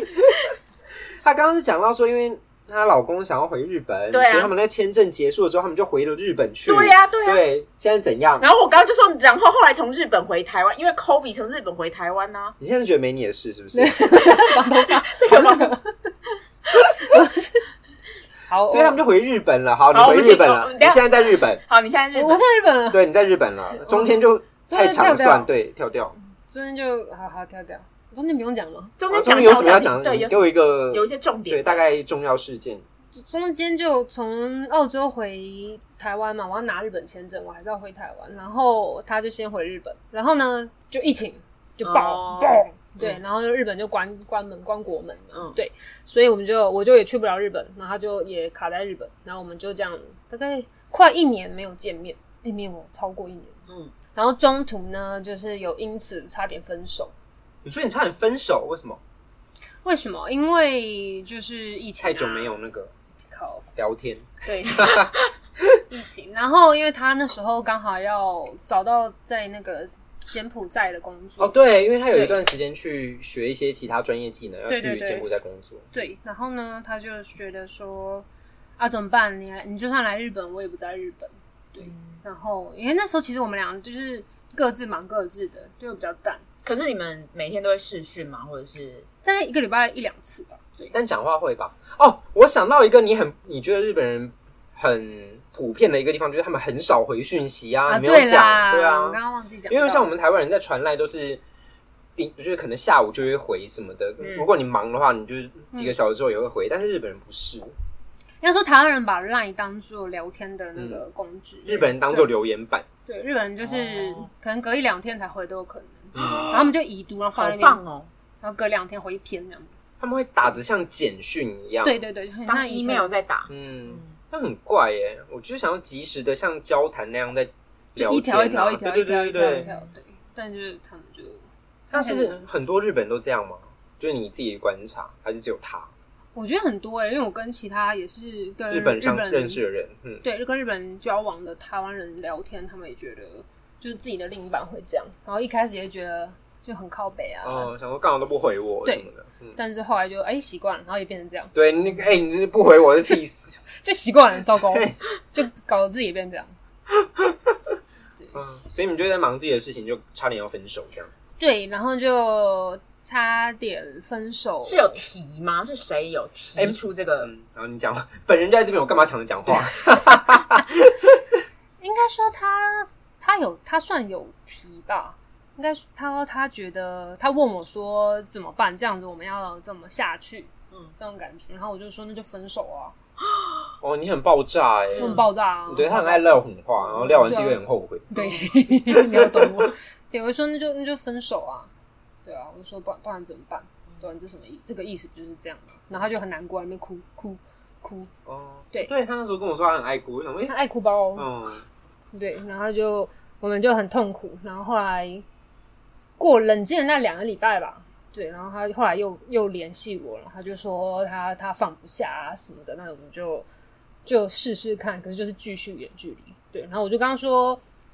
她刚刚是讲到说，因为她老公想要回日本，对啊所以他们那个签证结束了之后，他们就回了日本去。对呀对呀啊对，现在怎样？然后我刚刚就说，然后后来从日本回台湾，因为 COVID 从日本回台湾呢、你现在觉得没你的事是不是？ [laughs] 哦这个吗？好，所以他们就回日本了。好，你哦好回日本我了，们你继续现在在日本，好，你现在日我本我在日本 [laughs] 了，对，你在日本了，中间就太长中间跳掉算，对，跳掉。中间就好好跳掉，中间不用讲了。中啊中间讲间有什么要讲讲？对，你有给我一个有一些重对点，大概重要事件。中间就从澳洲回台湾嘛，我要拿日本签证，我还是要回台湾。然后他就先回日本，然后呢就疫情就爆哦爆、对，嗯然后就日本就关关门关国门嘛，嗯对，所以我们就我就也去不了日本，然后他就也卡在日本，然后我们就这样大概快一年没有见面，哎，没有超过一年。嗯，然后中途呢，就是有因此差点分手。你说你差点分手，为什么？为什么？因为就是疫情、啊、太久没有那个考聊天， [laughs] 对，疫情。然后因为他那时候刚好要找到在那个柬埔寨的工作，哦，对，因为他有一段时间去学一些其他专业技能，要对对去对柬埔寨工作。对，然后呢，他就觉得说啊，怎么办？你来，你就算来日本，我也不在日本。对，然后因为那时候其实我们俩就是各自忙各自的，就比较淡，可是你们每天都会视讯吗？或者是大概一个礼拜一两次吧。对，但讲话会吧？哦，我想到一个你很你觉得日本人很普遍的一个地方，就是他们很少回讯息啊，你没有对讲，啦，对我刚啊，刚忘记讲到，因为像我们台湾人在传赖都是。顶就是可能下午就会回什么的，嗯如果你忙的话，你就是几嗯个小时之后也会回。但是日本人不是，应该说台湾人把 LINE 当做聊天的那个工具，嗯日本人当做留言板，对日本人就是哦可能隔一两天才回都有可能，嗯然后他们就已读，然后放好在那边，棒哦，然后隔两天回一篇这样子。他们会打着像简讯一样，对，对对，很当像以前 email 在打，嗯嗯，那很怪耶、我就是想要及时的像交谈那样在聊就一天、条啊，一条一条对对一条对一对条对一条，对。但就是他们就，但其实很多日本都这样嘛，就是你自己观察，还是只有他我觉得很多哎、因为我跟其他也是跟日本上认识的人，嗯，对，跟日本人交往的台湾人聊天，他们也觉得就是自己的另一半会这样，然后一开始也觉得就很靠北啊，哦，想说干嘛都不回我什么的，嗯，但是后来就哎习惯了，然后也变成这样，对，你哎、你这不回我就气死，就习惯了，[laughs] 糟糕，就搞得自己也变这样。嗯，所以你们就在忙自己的事情，就差点要分手这样。对，然后就差点分手。是有提吗？是谁有提出这个？嗯，然后你讲， [laughs] 本人在这边，我干嘛抢着讲话？应该说他他有他算有提吧，应该说他他觉得他问我说怎么办，这样子我们要怎么下去？嗯嗯，这种感觉。然后我就说那就分手啊， [laughs] 哦，你很爆炸哎、嗯很爆炸啊我！觉得他很爱撂狠话，然后撂完自己会很后悔。对， [laughs] 你要懂我。对，我就说那就那就分手啊。对啊，我就说不然不然怎么办？嗯对啊，你这什么意？这个意思就是这样嘛。然后他就很难过，在那边哭哭哭，哦，对对他那时候跟我说他很爱哭，我想说，哎、他爱哭包哦。嗯，对，然后就我们就很痛苦，然后后来过冷静的那两个礼拜吧，对，然后他后来又又联系我了，他就说他他放不下啊什么的，那我们就就试试看，可是就是继续远距离，对，然后我就刚刚说，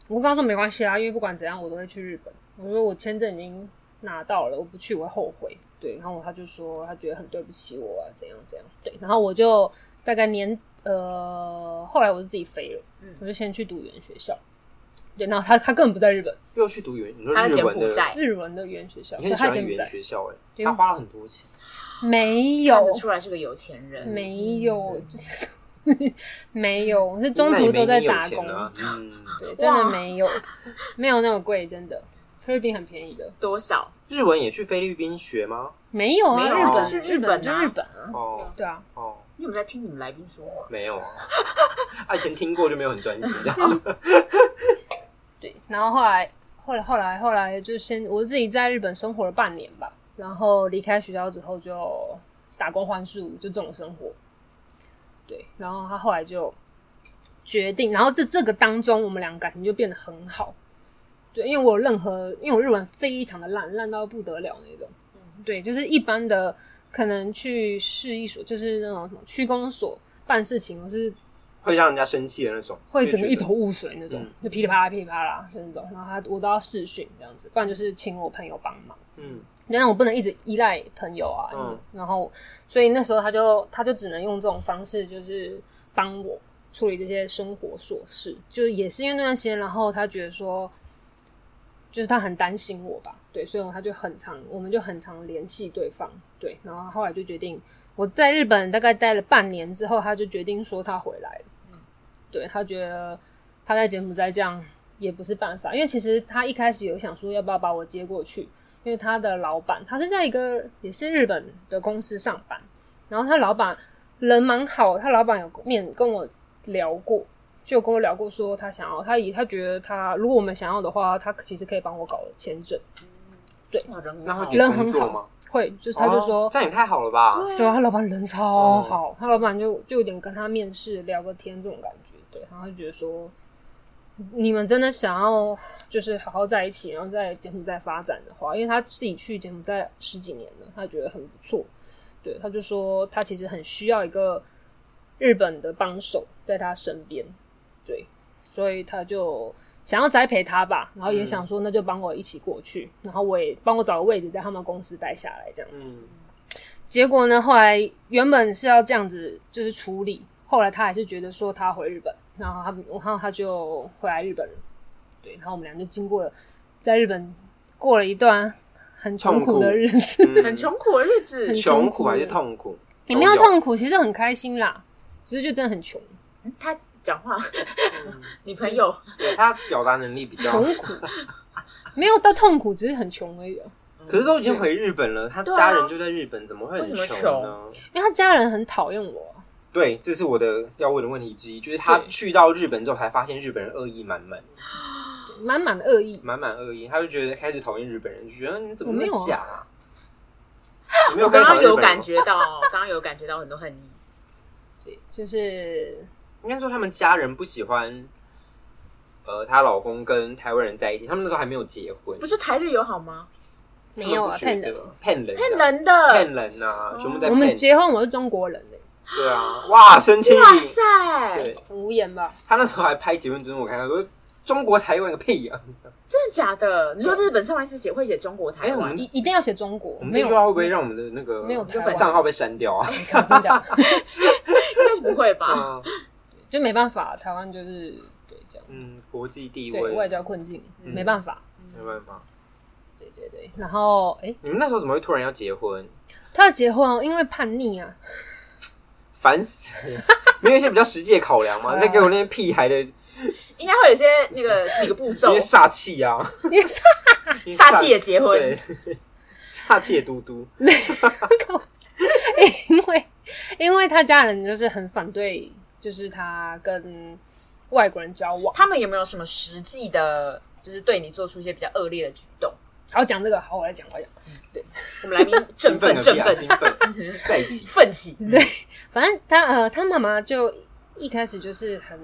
我刚刚说没关系啊，因为不管怎样我都会去日本，我说我签证已经拿到了，我不去我会后悔，对，然后他就说他觉得很对不起我啊，怎样怎样，对，然后我就大概年呃，后来我就自己飞了。我就先去读语言学校。对，然后他他根本不在日本，又去读语言，你说他在日柬文埔的，寨，日文的语言学校，你对很喜他欢柬语埔言寨学校哎、对他花了很多钱，没看有得出来是个有钱人，没有， [laughs] 没有，我是中途都在打嗯那也没工，你有钱啊，嗯，对，真的没有，没有那么贵，真的，菲律宾很便宜的，多少？日文也去菲律宾学吗？没有啊，没有日本就是日日本本就啊日本啊，哦对啊，哦，因为我们在听你们来宾说话，没有啊， [laughs] 啊以前听过就没有很专心这样。 [laughs] 对，然后后来后来后来后来就先我自己在日本生活了半年吧，然后离开学校之后就打工换宿，就这种生活。对，然后他后来就决定，然后这这个当中，我们俩感情就变得很好。对，因为我有任何，因为我日文非常的烂，烂到不得了那种。嗯对，就是一般的，可能去市役所，就是那种什么区公所办事情，我是会让人家生气的那种，会整个就一觉得头雾水那种嗯，就噼里啪啦噼里啪啦是那种。然后他我都要试训这样子，不然就是请我朋友帮忙。嗯，但是我不能一直依赖朋友啊，嗯然后所以那时候他就他就只能用这种方式，就是帮我处理这些生活琐事。就是也是因为那段时间，然后他觉得说，就是他很担心我吧，对，所以他就很常，我们就很常联系对方，对，然后后来就决定我在日本大概待了半年之后，他就决定说他回来了，对他觉得他在柬埔寨这样也不是办法，因为其实他一开始有想说要不要把我接过去，因为他的老板他是在一个也是日本的公司上班，然后他老板人蛮好，他老板有面跟我聊过，就有跟我聊过说他想要，他以他觉得他如果我们想要的话，他其实可以帮我搞签证，哇人很然好后人很工作好吗？会就是他就说哦，这样也太好了吧？对啊，嗯啊他老板人超好，他老板就就有点跟他面试聊个天这种感觉，对，然后就觉得说，你们真的想要就是好好在一起，然后在柬埔寨发展的话，因为他自己去柬埔寨十几年了，他觉得很不错，对，他就说他其实很需要一个日本的帮手在他身边，对，所以他就。想要栽培他吧，然后也嗯想说，那就帮我一起过去，然后我也帮我找个位置在他们公司待下来，这样子。嗯，结果呢，后来原本是要这样子就是处理，后来他还是觉得说他回日本，然后他们然后他就回来日本了，对，然后我们俩就经过了在日本过了一段很穷苦的 [laughs] 日子，嗯很，穷苦的日子很，穷苦还是痛苦？也没有都痛苦，其实很开心啦，只是就真的很穷，他讲话，嗯你朋友对他表达能力比较，穷苦，没有到痛苦，只是很穷而已啊。可是都已经回日本了，他对啊家人就在日本，怎么会很为什么穷呢？因为他家人很讨厌我啊，对，这是我的要问的问题之一，就是他对去到日本之后才发现日本人恶意满满，对满满的恶意，满满恶意，他就觉得开始讨厌日本人，就觉得嗯你怎么我那没有么啊假啊？你没有我开刚始讨刚厌日本人有感吗，觉到，刚刚有感觉到很多恨意。对，就是应该说他们家人不喜欢，呃，她老公跟台湾人在一起，他们那时候还没有结婚，不是台日友好吗？他没们有不啊，觉骗得人。骗人啊，骗人的，骗人呐，全部在我们骗，结婚我是中国人嘞、对啊，哇，升迁哇礼，塞，对很无言吧？他那时候还拍结婚证，我看他说中国台湾有个屁啊呀、真的假的？你说日本上班是写会写中国哎台我湾们，一一定要写中国，我们这没有啊句话会不会让我们的那个没有就反台湾账号被删掉 [laughs] 啊？看真假，应该是不 [laughs] 会嗯吧？啊就没办法，台湾就是对这样，嗯，国际地对外位交困境，嗯没办法，没办法。对对对。然后哎，你们那时候怎么会突然要结婚？他要结婚，因为叛逆啊， [laughs] 烦死 [laughs] 了！没有一些比较实际的考 [laughs] 量吗？啊你在给我那些屁孩的一应该会有些那个几个步骤 [laughs] 些，煞气啊， [laughs] 你是一些煞气也结婚， [laughs] 对，煞气也嘟 [laughs] 嘟，因为因为他家人就是很反对，就是他跟外国人交往。他们有没有什么实际的，就是对你做出一些比较恶劣的举动？好讲这个，好，我来讲，我来讲。我们来宾振兴奋奋个振屁啊！兴奋奋，在一 [laughs] 起。奋起，反正他呃，他妈妈就一开始就是很，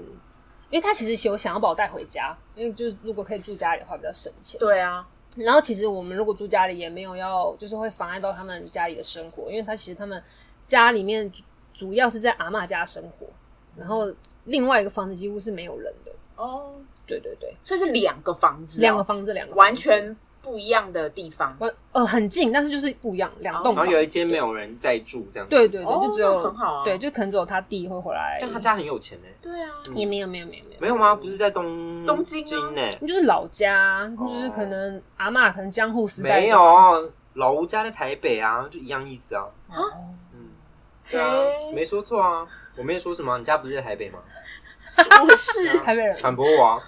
因为他其实有想要把我带回家，因为就是如果可以住家里的话比较省钱。对啊，然后其实我们如果住家里也没有要，就是会妨碍到他们家里的生活，因为他其实他们家里面主主要是在阿嬷家生活，然嗯后另外一个房子几乎是没有人的。哦，对对对，所以是两个房子哦，两个房子，两个房子完全不一样的地方，完呃很近，但是就是不一样，两栋哦然后房。有一间没有人在住，这样子。对对哦对，就只那有很好啊对，就可能只有他弟会回来。但他家很有钱呢。对啊，嗯也没有没有没有没有没有吗？不是在东东京啊京呢？就是老家，哦就是可能阿嬷可能江户时代没有，啊老吴家在台北啊，就一样意思啊。哦嗯，对啊，嘿没说错啊，我没有说什么啊。你家不是在台北吗？是不是？台北人，反驳我啊！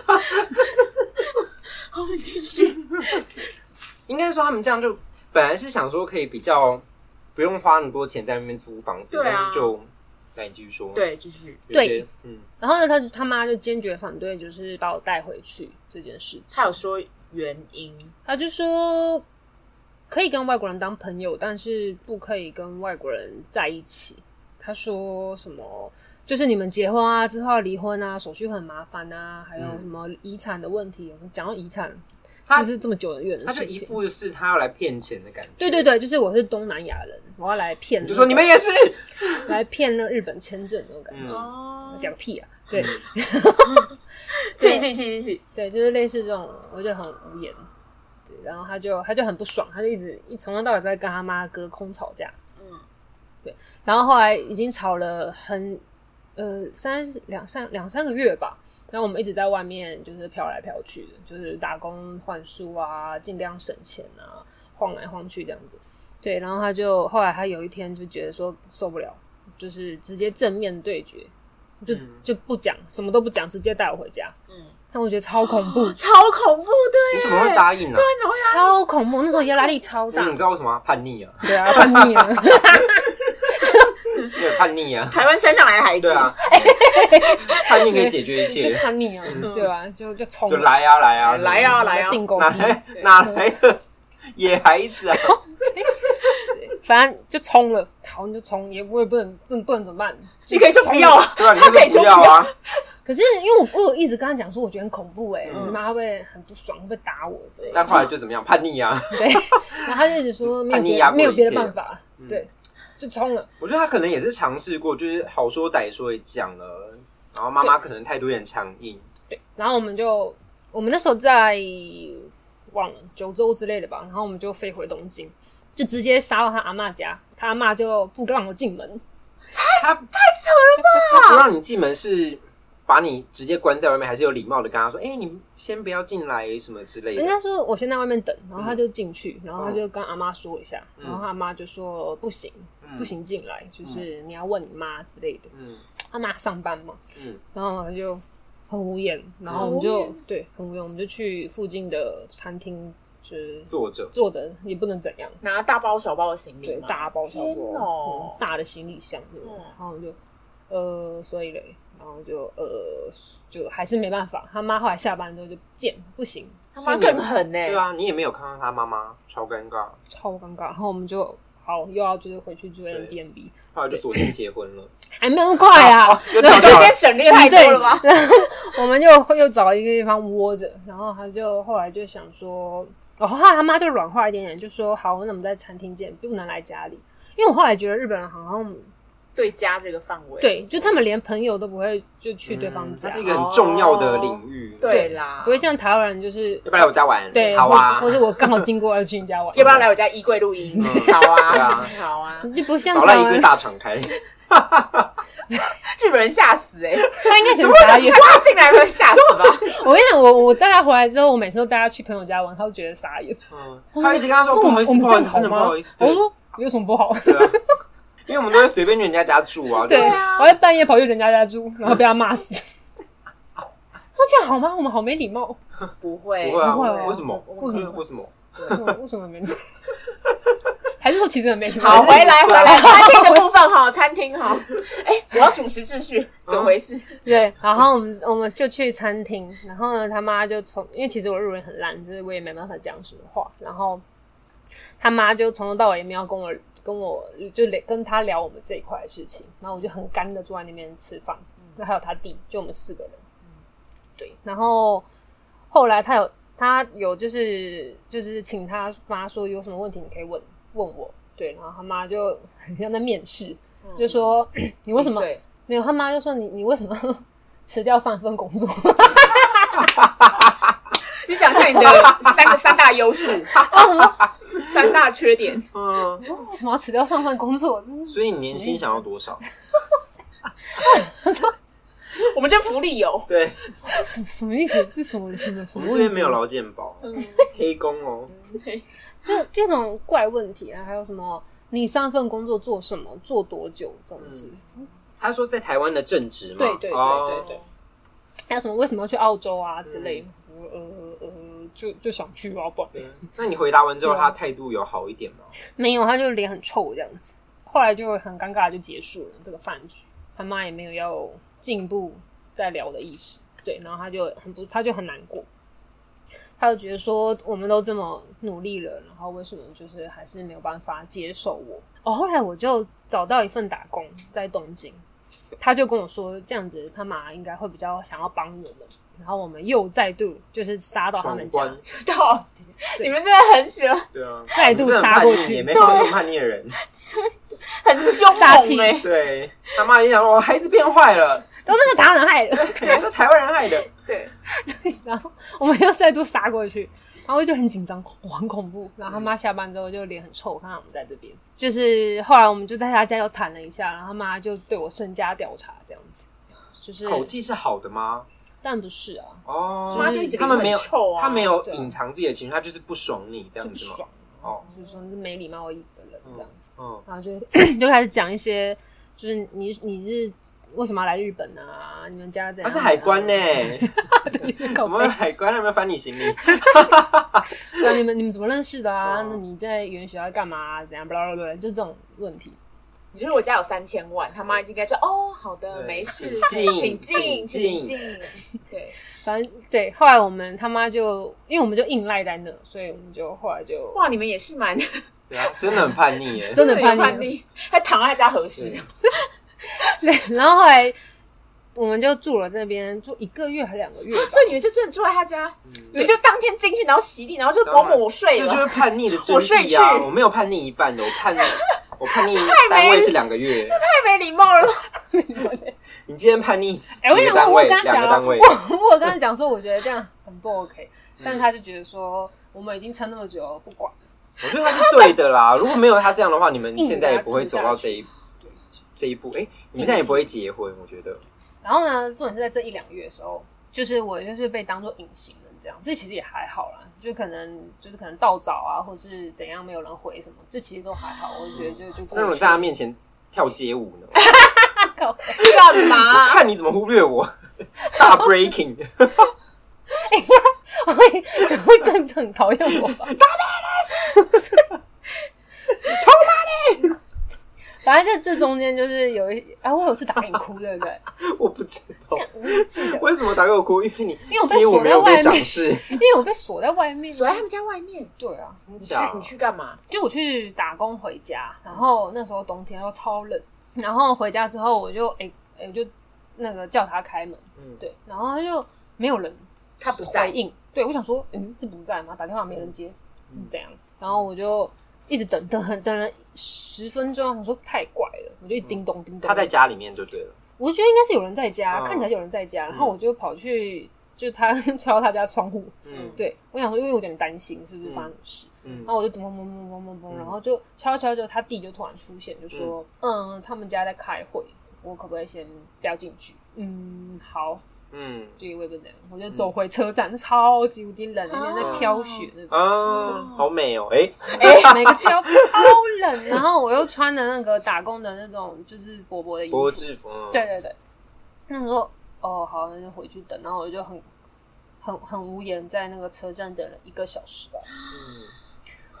[laughs] 好，我们继续，应该说他们这样就本来是想说可以比较不用花那么多钱在那边租房子，对啊但是就那你继续说。，对，继续，有一些，嗯，然后呢，他就他妈就坚决反对，就是把我带回去这件事情他。有说原因，他就说可以跟外国人当朋友，但是不可以跟外国人在一起。他说什么？就是你们结婚啊，之后要离婚啊，手续很麻烦啊，还有嗯什么遗产的问题？我们讲到遗产，他就是这么久远的他就事一情。副是他要来骗钱的感觉。对对，对，就是我是东南亚人，我要来骗那你就个，说你们也是，来骗那日本签证那种感觉，嗯哦屌、个屁啊！对继续，继续，继续，对，就是类似这种，我就很无言。对，然后他就他就很不爽，他就一直一从头到尾在跟他妈隔空吵架。嗯，然后后来已经吵了很呃三两三两三个月吧，然后我们一直在外面就是飘来飘去的，就是打工换书啊，尽量省钱啊，晃来晃去这样子。对，然后他就后来他有一天就觉得说受不了，就是直接正面对决，就嗯就不讲什么都不讲，直接带我回家。嗯，但我觉得超恐 [gasps]，怖超恐怖啊你的耶，怎么会答应呢？啊你怎么会答超恐怖，那时候压力超因为大嗯 [laughs] 啊你，知道为什么吗叛逆啊？对啊，叛逆啊，有点叛逆啊，台湾山上来的孩子，对 [laughs] 啊，叛逆可以解决一就切，叛逆啊，对吧？就就冲嗯就来呀来呀来啊来啊定狗哪屁，来哪来的野孩子啊？反正就冲了，好你就冲，也不会不能不能不能怎么办？你可以说不要啊，对啊，你就他可以是说不要啊，可是因为我我有一直跟他讲说，我觉得很恐怖哎、欸，嗯我妈会很不爽，会打我之类的。但后来就怎么样？叛逆啊！对， [laughs] 然后他就一直说没有叛逆别压的过没有别一的切嗯办法，对，就冲了。我觉得他可能也是尝试过，就是好说歹说也讲了，然后妈妈可能态度有点强硬，然后我们就我们那时候在忘了九州之类的吧，然后我们就飞回东京，就直接杀到他阿嬷家，他阿嬷就不让我进门，他太扯了吧？他不让你进门是把你直接关在外面，还是有礼貌的跟他说：“哎、你先不要进来，什么之类应的。该说我先在外面等，然后他就进去，然后他就跟阿妈说一下，嗯然后他阿妈就说不行，嗯”不，行进来，就是你要问你妈之类的。嗯他妈上班嘛，嗯然后我就很无言，然后我们就对很无言，我们就去附近的餐厅，就是坐着。坐着也不能怎样，拿大包小包的行李对，吗，大包小天包、哦嗯，大的行李箱那种，嗯然后我就呃，所以嘞，然后就呃，就还是没办法，他妈后来下班之后就贱，不行，他妈更狠呢、对啊，你也没有看到他妈妈，超尴尬。超尴尬，然后我们就好又要就是回去住对 n b n b 后来就索性结婚了。还没有那么快啊哦，就你跳中掉了间省略太多了吧？对，然后 [laughs] 我们就又找一个地方窝着，然后他就后来就想说，哦，后来他妈就软化一点点，就说好，那我们在餐厅见，不能来家里。因为我后来觉得日本人好像对家这个范围，对，就他们连朋友都不会就去对方嗯家，它是一个很重要的领域。对啦，不会像台湾人就是要不要来我家玩？对，好啊。或或 [laughs] 者我刚好经过要去你家玩，要不要来我家衣柜录音？嗯好对啊啊，好 [laughs] 啊，就不像老台赖衣湾柜，大敞 [laughs] 开，日本人吓死哎、欸！他应该怎很么傻会眼有。他进来会吓死吧？我跟你讲，我我带他回来之后，我每次都带他去朋友家玩，他都觉得傻眼。嗯，他一直跟他说我不们好意思，我们不这好意思，真的样不吗好意思。？我对说有什么不好？对啊， [laughs] 因为我们都会随便去人家家住啊。对，就啊我在半夜跑去人家家住，然后被他骂死。说这样好吗？我们好没礼貌。 [laughs] 不会，不会啊不会为什么我是们为什么？嗯为什么没礼貌？还是说其实很没礼貌？好，还回是来回来，餐厅的部分哈，餐厅哈，哎、我要主持秩序，嗯怎么回事？ [laughs] 对，然后我们我们就去餐厅，然后呢，他妈就从因为其实我日文很烂，就是我也没办法讲什么话，然后他妈就从头到尾也没有跟我跟我就聊跟他聊我们这一块的事情，然后我就很干的坐在那边吃饭，那还有他弟，就我们四个人，对，然后后来他有他有就是就是请他妈说有什么问题你可以问问我，对，然后他妈就很像在面试，就说 [clears throat] 你为什么几岁没有，他妈就说你你为什么 [laughs] 辞掉上一份工作？ [laughs] 你想看你的三个三大优 [laughs] 势，三大缺点，嗯，为什么要辞掉上份工作？就是所以你年薪想要多 [laughs] 少？我们这福利有，对，什么什么意思？是什么什么我什么们问题？啊这边没有劳健保， [laughs] 黑工哦。就这种怪问题啊，还有什么？你上份工作做什么？做多久？这样子？他说在台湾的正职嘛，对对对对嗯哦嗯对。还有什么？为什么要去澳洲啊之类的？我呃呃呃，就就想去啊，不然对那你回答完之后，对啊他态度有好一点吗？没有，他就脸很臭这样子。后来就很尴尬，就结束了这个饭局。他妈也没有要进一步再聊的意思，对，然后他就很不，他就很难过，他就觉得说我们都这么努力了，然后为什么就是还是没有办法接受我？哦，后来我就找到一份打工在东京，他就跟我说这样子他妈应该会比较想要帮我们，然后我们又再度就是杀到他闯们家，关，到底对你们真的很喜欢，对啊，再度杀过去也没有这种叛逆的人。很凶杀气猛哎、对，他妈也想说，我孩子变坏了，都是那个达人害的。都台湾人害的。对，然后我们又再度杀过去，然后我就很紧张，我很恐怖。然后他嗯妈下班之后就脸很臭，看到我们在这边，就是后来我们就在他家又谈了一下，然后他妈就对我身家调查这样子，就是口气是好的吗？但不是啊，哦，妈就一直他们没有脸很臭啊他没有对啊隐藏自己的情绪，他就是不爽你这就样不子吗？爽，哦，就是说你是没礼貌的人这样子，嗯，然后就 [coughs] 就开始讲一些，就是你你是为什么要来日本啊？你们家怎他样、啊？是海关呢， [laughs] 靠怎么背会海关那边翻你行李？对 [laughs] 啊，你们你们怎么认识的啊？哦那你在语言学校干嘛、啊？怎样？巴拉巴拉，就这种问题。你就是我家有三千万，他妈应该说哦，好的，对没事，请进请请进，请进进，对，反正对，后来我们他妈就因为我们就硬赖在那，所以我们就后来就哇，你们也是蛮对啊，真的很叛逆耶。真的有叛逆，逆，还躺在他家合适对，对， [laughs] 然后后来我们就住了那边住一个月还两个月吧，所以你们就真的住在他家，你们就当天进去，然后洗地，然后就当伯然母我睡这就是了，叛 [laughs] 逆的真我睡去谛啊！我没有叛逆一半的，我叛逆，我叛逆单位是两个月。太没礼貌了。你今天叛逆几哎、我跟你个讲，单我位？跟他两个讲，单位。我我跟他讲说，我觉得这样很不 OK，但他就觉得说，我们已经撑那么久了，不管。我觉得他是对的 [laughs] 啦。如果没有他这样的话，你们现在也不会走到这一这一步。哎、你们现在也不会结婚，我觉得。然后呢，重点是在这一两个月的时候，就是我就是被当做隐形人这样，这其实也还好啦，就可能就是可能到早啊，或是怎样没有人回什么，这其实都还好，我就觉得就就过那如果去在他面前跳街舞呢？靠干我嘛？看你怎么忽略我，大 breaking。 [laughs] 我会会更 [laughs] 很讨厌我吧？ [laughs] 反正这这中间就是有一，啊，我有次打给你哭，对 [laughs] 不对？我不知道我不记得，为什么打给我哭，因为你因为我被街舞锁没在有被外赏面，识。因为我被锁在外面。锁在他们家外面，对啊，真你去假你去干嘛？就我去打工回家，然后那时候冬天又超冷，然后回家之后我就哎哎、我就那个叫他开门，嗯对，然后他就没有人他不在回，应，对我想说嗯是不在吗？打电话没人接是嗯怎样？然后我就一直等等等等了十分钟，我说太怪了，我就一直叮咚叮咚。他在家里面就对了。我觉得应该是有人在家，哦看起来有人在家，然后我就跑去就他 [laughs] 敲他家窗户，嗯对我想说因为有点担心是不是发生什么事。嗯然，后我就咚咚咚咚咚咚咚，然后就敲一敲，就他弟就突然出现，就说：“嗯，他们家在开会，我可不可以先不要进去？”嗯，好，嗯就也不能，我就走回车站，超级无敌冷，那天在飘雪那种，啊，好美哦！哎，哎，每个飘超冷，然后我又穿的那个打工的那种就是薄薄的衣国服，制服。嗯对，对对，那时候哦好，那就回去等，然后我就很很很无言，在那个车站等了一个小时吧，嗯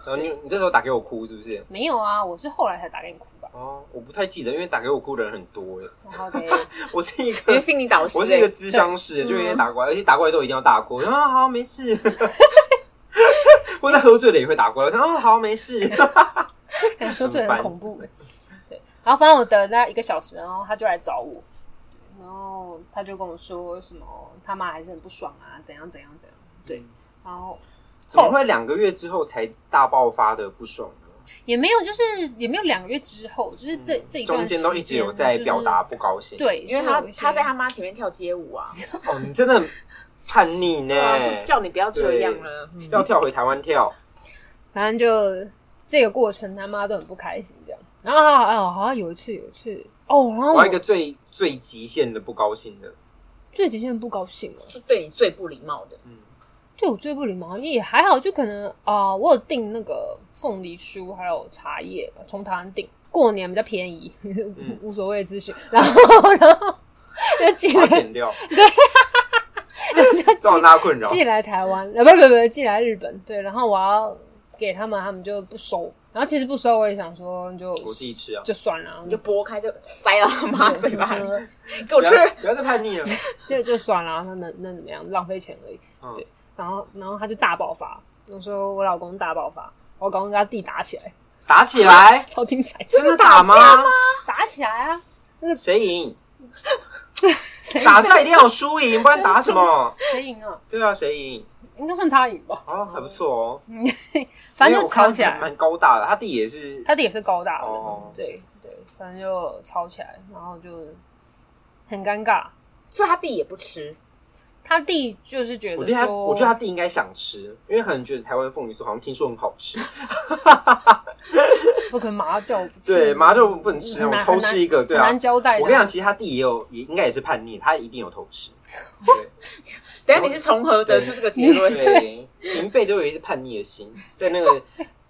然后你你这时候打给我哭是不是？没有啊，我是后来才打给你哭吧，哦，我不太记得，因为打给我哭的人很多哎。然后给。我是一你是个心理导师欸，我是一个智商师，对嗯就有点打过来，而且打过来都一定要大过。我说啊，好，没事。 [laughs] 或者喝醉了也会打过来，我说啊，好，没事。 [laughs] 感受最很恐怖、欸。对，然后反正我等了大概一个小时，然后他就来找我，然后他就跟我说什么他妈还是很不爽啊，怎样怎样怎样。对，嗯然后怎么会两个月之后才大爆发的不爽呢？也没有，就是也没有两个月之后，就是这、这一段嗯中间都一直有时间在表达、不高兴。就是，对，因为他就有一些他在他妈前面跳街舞啊，哦，你真的很叛逆呢对，啊，就叫你不要这样了。嗯要跳回台湾跳。反正就这个过程他妈都很不开心这样。然后哦，好像有一次有一次哦，然后我我要一个最最极限的不高兴的，最极限不高兴了。是对你最不礼貌的，嗯，对我最不礼貌，也还好，就可能啊、呃我有订那个凤梨酥，还有茶叶吧，从台湾订，过年比较便宜，嗯 [laughs] 无所谓咨询。然后，然后就寄把来 [laughs] 它，剪掉，就造成寄大家困 [laughs] 扰。寄来台湾，呃，不不不，寄来日本。对，然后我要给他们，他们就不收。然后其实不收，我也想说就我自己吃啊就算了，你就剥开就塞到他妈嘴巴里，就给我不吃。要不要再叛逆了。就就算了，啊那能能怎么样？浪费钱而已。嗯对，然后然后他就大爆发，我说我老公大爆发，我老公跟他弟打起来。打起 [laughs] 来，超精彩！真的打吗？打起来啊！谁赢？ [laughs] 谁打架一定要输赢，不然打什么？谁赢啊？对啊，谁赢？应该算他赢吧。哦，还不错哦。反正因为就我看吵起来，蛮高大的。他弟也是，他的也是高大的，哦对对，反正就吵起来，然后就很尴尬。所以他弟也不吃，他弟就是觉我得觉得他，说，我觉得他弟应该想吃，因为可能觉得台湾凤梨酥好像听说很好吃。说可能麻椒不吃对，麻就不能吃，很我难偷吃一个，很对啊难。交代。我跟你讲，，其实他弟也有，也应该也是叛逆，他一定有偷吃。等一下你是从何得出这个结对，论？对，平辈都有一些叛逆的心，在那个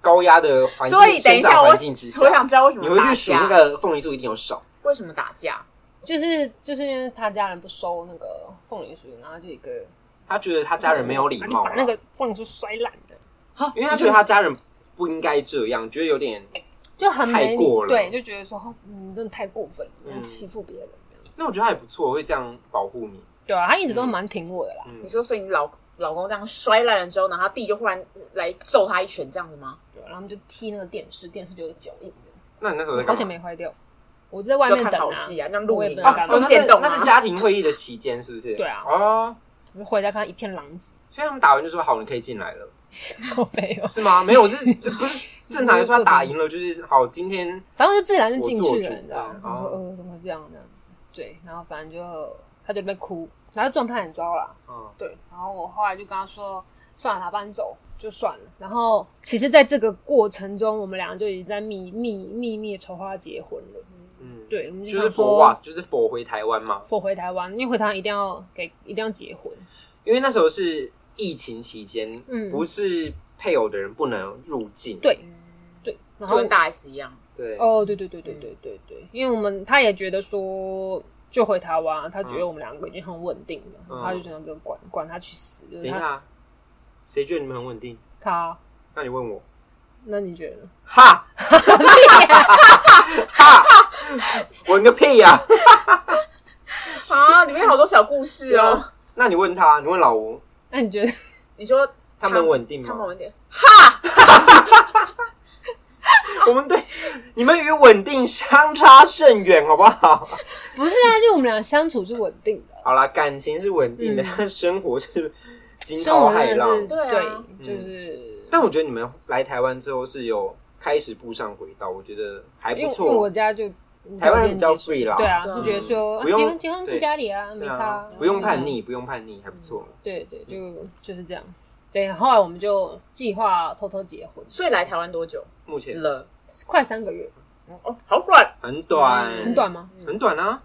高压的环境、所以等一生下长我环境之下我，想知道为什你么回打去数那架，个凤梨酥一定有少。为什么打架？就是就是因为他家人不收那个凤梨酥，然后就一个他觉得他家人没有礼他就貌啊把，那个凤梨酥摔烂的。因为他觉得他家人不应该这样，觉得有点就很没太理过了对，就觉得说哦你真的太过分了，嗯你欺负别人这样。那我觉得他也不错，会这样保护你。对啊，他一直都蛮挺我的啦。嗯你，说，所以你老老公这样摔烂了之后，然后他弟就忽然来揍他一拳，这样子吗？对啊，然后我们就踢那个电视，电视就有脚印的，那你那时候在好干险嘛？没坏掉。我就在外就面看等好啊，戏啊，那我录也影不啊能干嘛用线动哦那啊是家庭会议的期间，是不是？对啊哦，我就回家看到一片狼藉， [laughs] 所以他们打完就说好，你可以进来了，好悲哦。是吗？没有，我这这不是正常来说，他打赢了就是好，今天反正就自然就进去我做主了，你知道吗？对我说哦呃，怎么会这样这样子？对，然后反正就他就在那边哭，然后状态很糟啦。嗯对，然后我后来就跟他说，算了，他搬走就算了。然后其实，在这个过程中，我们俩就已经在秘密秘密地筹划结婚了。嗯，对，我们就想是佛哇，说，就是佛回台湾嘛，我回台湾，因为回台湾一定要给一定要结婚。因为那时候是疫情期间，嗯不是配偶的人不能入境，对嗯对，然就后跟大 S 一样，对，哦，对对对嗯对对对对，因为我们他也觉得说。就回台湾，他觉得我们两个已经很稳定了，嗯他就想着管管他去死，就等是一他下，谁觉得你们很稳定？他。那你问我，那你觉得呢？哈，哈，稳个屁呀！啊，里面好多小故事哦。那你问他，你问老吴，那你觉得？ [laughs] 你说他们稳定他们吗？稳定， [laughs] 我们对你们与稳定相差甚远，好不好？ [laughs] 不是啊，就我们俩相处是稳定的，好啦，感情是稳定的，嗯但 [laughs] 生活是惊生涛活骇真的浪嗯是。对啊对，就是。但我觉得你们来台湾之后是有开始步上轨道，我觉得还不因为因为我错。家就台湾人比较条件接受 free 啦，对啊，对啊就觉得说啊不用结婚结婚对住家里啊，没对差嗯啊啊，，不用叛。逆，不用叛逆，还不错。对对，就就是这样。对，后来我们就计划偷偷结婚，所以来台湾多久目前嗯了？快三个月，哦，好短，很短，嗯很短吗？很短啊！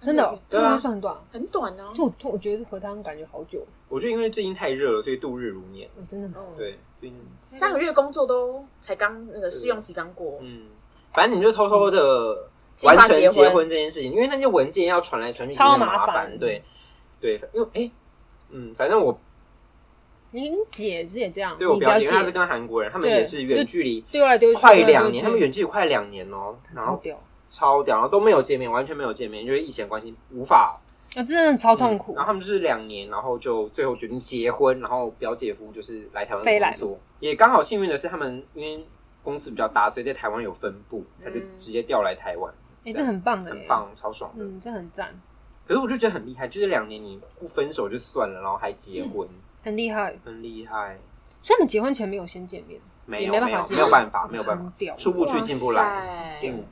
真的哦，对真啊的算很短哦。很短啊呢。就我就我觉得回台湾感觉好久，我觉得因为最近太热了，所以度日如年。我真的吗？嗯，对，最近三个月工作都才刚那个试用期刚过，嗯，反正你就偷偷的嗯计划完成结婚结婚这件事情，因为那些文件要传来传去，其实超很麻麻烦对，对，因为哎、嗯，反正我你你姐不是也这样？对我你表表姐，因为她是姐跟韩国人，他们对也是远距离，丢来丢去，快丢来丢两年，去他们远距离快两年哦、然超后屌，超屌，然后都没有见面，完全没有见面，因为疫情的关系无法嗯啊，真的超痛苦然。后他们就是两年，然后就最后决定结婚，然后表姐夫就是来台湾飞来工作，也刚好幸运的是他们因为公司比较大，所以在台湾有分部，他就嗯直接调来台湾，哎、这很棒哎、很，棒，超爽的。嗯，这很赞，可是我就觉得很厉害，就是两年你不分手就算了，然后还结婚，很厉害。很厉害。所以他们结婚前没有先见面，没有也没没办法有进没有办啊法，没有办很法，屌。出不去进不来。来嗯，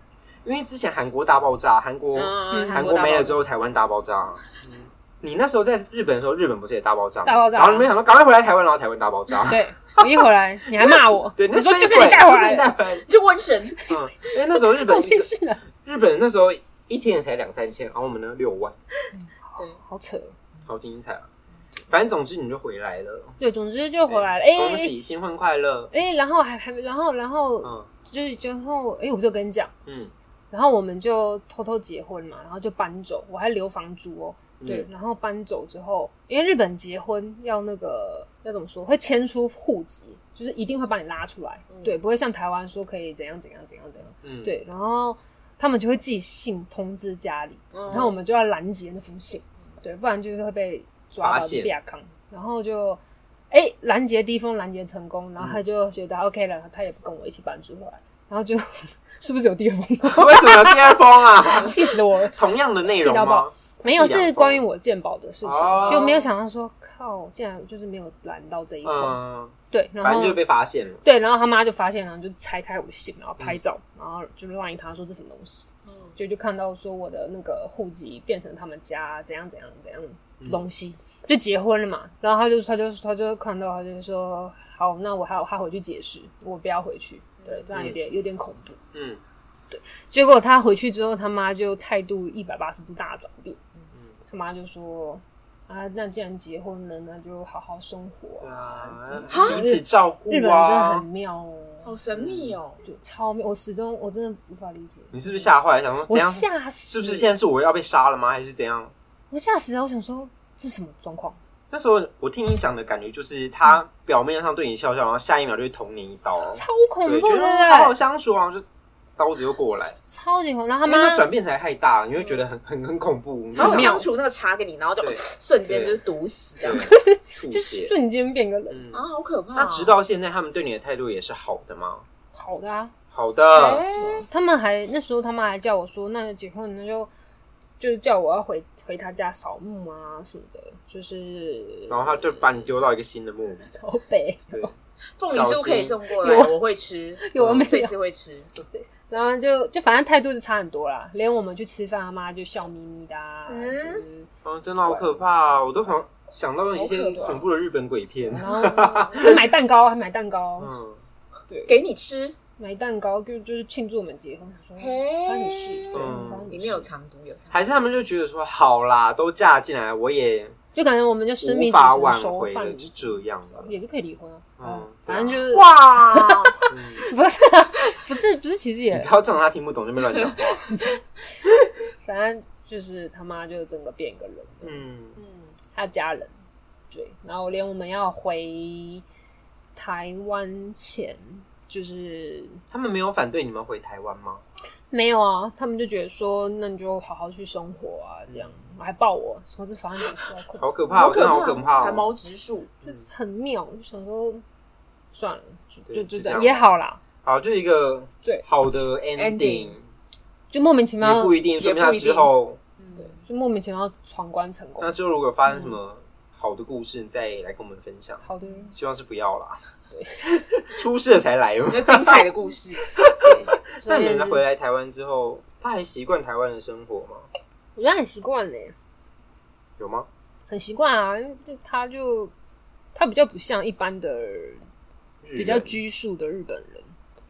因为之前韩国大爆炸，韩国嗯，韩韩国国没了之后，后，台湾大爆炸。你那时候在日本的时候，日本不是也大爆炸吗？嗯大爆炸然后你没想到，赶快回来台湾，然后台湾大爆炸。，对，我一回来你还骂我 [laughs] 对，你那说就是所以你带回就是来你的，带回来的。就瘟神， [laughs] 嗯，因为那时候日本我屁 [laughs] 事啊，日本那时候一天也才两三千，然后我们呢六万，好扯。好精彩啊！反正总之你就回来了，对，总之就回来了，对哎恭哎喜新婚快乐。哎，然后还还然后然后嗯就是然后哎，我不是有跟你讲，嗯，然后我们就偷偷结婚嘛，然后就搬走，我还留房租哦。嗯对，，然后搬走之后，因为日本结婚要那个要怎么说，会迁出户籍，就是一定会把你拉出来，嗯对，不会像台湾说可以怎样怎样怎样怎样，嗯，对，然后他们就会寄信通知家里，嗯然然后我们就要拦截那封信，对，不然就是会被抓发到现被康，然后就。哎，拦截第一封拦截成功，然后嗯他就觉得、OK 了，他也不跟我一起搬出来，然后就 [laughs] 是不是有第二封？ [laughs] 为什么有第二封啊？气死我了！ [laughs] 同样的内容气到吗爆？没有，寄两是封关于我鉴宝的事情，哦就没有想到说靠，竟然就是没有拦到这一封。嗯，对，然反正后就被发现了。对，然后他妈就发现，然后就拆开我的信，然后嗯拍照，然后就赖他说这什么东西，嗯就就看到说我的那个户籍变成他们家怎样怎样怎样嗯的东西，就结婚了嘛。然后他就他就他就看到他就说好，那我还有他回去解释，我不要回去，对，不然有点有点恐怖。嗯，结果他回去之后，他妈就态度一百八十度大转变。嗯他妈就说：“啊，那既然结婚了，那就好好生活对啊。啊哈彼此照顾日本人真的很啊。妙好哦，神秘哦，就超妙。我始终我真的无法理解，你是不是吓坏了？想说怎我样？吓死，是不是现在是我要被杀了吗？还是怎样？我吓死了？我想说这什么状况？那时候我听你讲的感觉，就是嗯他表面上对你笑笑，然后下一秒就会捅你一刀，超恐对，怖觉的，得好好对相处啊，就刀子就过来，超级恐怖。然后他他妈那转变起来太大了，你会觉得很很嗯很恐怖。然后你就我上厨那个茶给你，然后就对 [sniffs] 瞬间就是毒死这样对吐就血瞬间变个人，嗯啊，好可怕哦！那直到现在，他们对你的态度也是好的吗？好的啊。好的，哎他们还那时候他妈还叫我说，那结婚那就就是叫我要回回他家扫墓啊什么的，就是然后他就把你丢到一个新的墓里。后背，对，凤梨酥可以送过来，小心我会吃， [laughs] 嗯有没这有？次会吃。 [laughs] 然后就就反正态度就差很多啦，连我们去吃饭，他妈就笑眯眯的、啊，嗯就是啊，真的好可怕啊！我都想想到一些好可怕恐怖的日本鬼片。然后还买蛋糕，还买蛋糕， [laughs] 嗯，对，给你吃，买蛋糕就就是庆祝我们结婚，想说嘿关你事，对，嗯关你里事面有藏毒，有藏毒。还是他们就觉得说，好啦，都嫁进来，我也就感觉我们就生命无只法成挽熟回饭了，就这样了。也就可以离婚啊，嗯反正就 [laughs] 是哇，嗯 [laughs] 不是啊，不是不是，其实也你不要仗着他听不懂就边乱讲话。反正就是他妈就整个变一个人，嗯，嗯，他家人对，然后连我们要回台湾前，就是他们没有反对你们回台湾吗？没有啊，他们就觉得说，那你就好好去生活啊，这样还抱我，说这房子很需要嗯好控制，可怕，真的好可怕还哦。毛植树，就是很妙，我就想说算了，就对就就这这样也好啦，好，就一个对好的 Ending ending，就莫名其也妙不，一定，说明他也不一之定后，嗯，就莫名其妙闯关成功那，之后如果发生什么好的故事，你再来跟我们分享。[laughs] 好的人希望是不要啦，对， [laughs] 出事了才来嘛一。个精彩的故事。 [laughs] 那你们回来台湾之后，他还习惯台湾的生活吗？我觉得很习惯嘞。有吗？很习惯啊，就他就他比较不像一般的日比较人，拘束的日本人，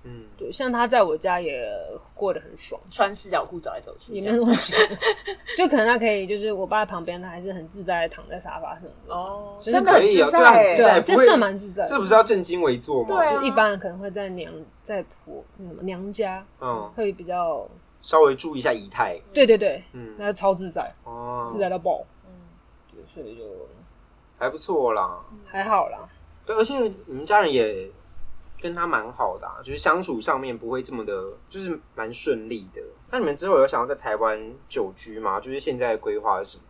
嗯，对，像他在我家也过得很爽，穿四角裤走来走去，也没有那么爽，就可能他可以就是我爸在旁边，他还是很自在地躺在沙发上，哦，就是真的很可以自啊在对对啊欸，啊，不这会算蛮自在的。这不是要正襟危坐吗？对啊就一般人可能会在娘在婆那什么娘家嗯，会比较，稍微注意一下仪态，对对对，嗯，那超自在，哦，自在到爆，嗯对，所以就还不错啦。还好啦。对，而且你们家人也跟他蛮好的、啊，就是相处上面不会这么的，就是蛮顺利的。那你们之后有想要在台湾久居吗？就是现在的规划是什么？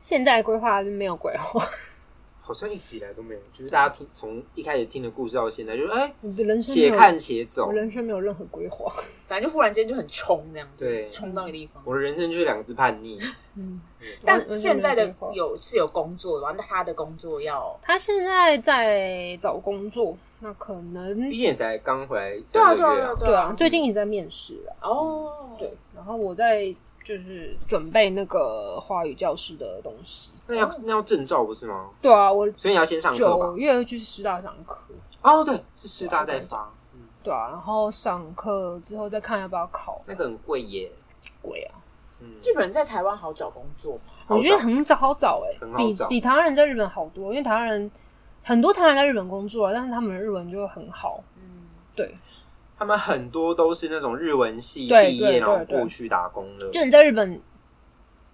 现在规划是没有规划， [laughs] 好像一直以来都没有，就是大家听从一开始听的故事到现在，就是哎，我的人生没且有，看且走我。人生没有任何规划。反正就忽然间就很冲这样子，对冲到一个地方。我的人生就是两个字叛 [laughs] 逆，嗯，但现在的有。有是有工作的嘛，那他的工作要他现在在找工作，那可能毕竟也才刚回来对啊三对个啊月对啊对啊啊，最嗯近也在面试了，哦，对，，然后我在就是准备那个华语教师的东西，那要那要证照不是吗？对啊，我所以你要先上课吧哦九？月去师大上课，哦，对，是师大在发，嗯，对啊，然后上课之后再看要不要考那个很贵耶，鬼啊，嗯，日本人在台湾好找工作吗？好我觉得找很早好找哎、很好比找比台湾人在日本好多，因为台湾人很多台湾人在日本工作啊，但是他们的日文就很好，嗯，对，他们很多都是那种日文系对毕对业，然后对对过去打工的。就你在日本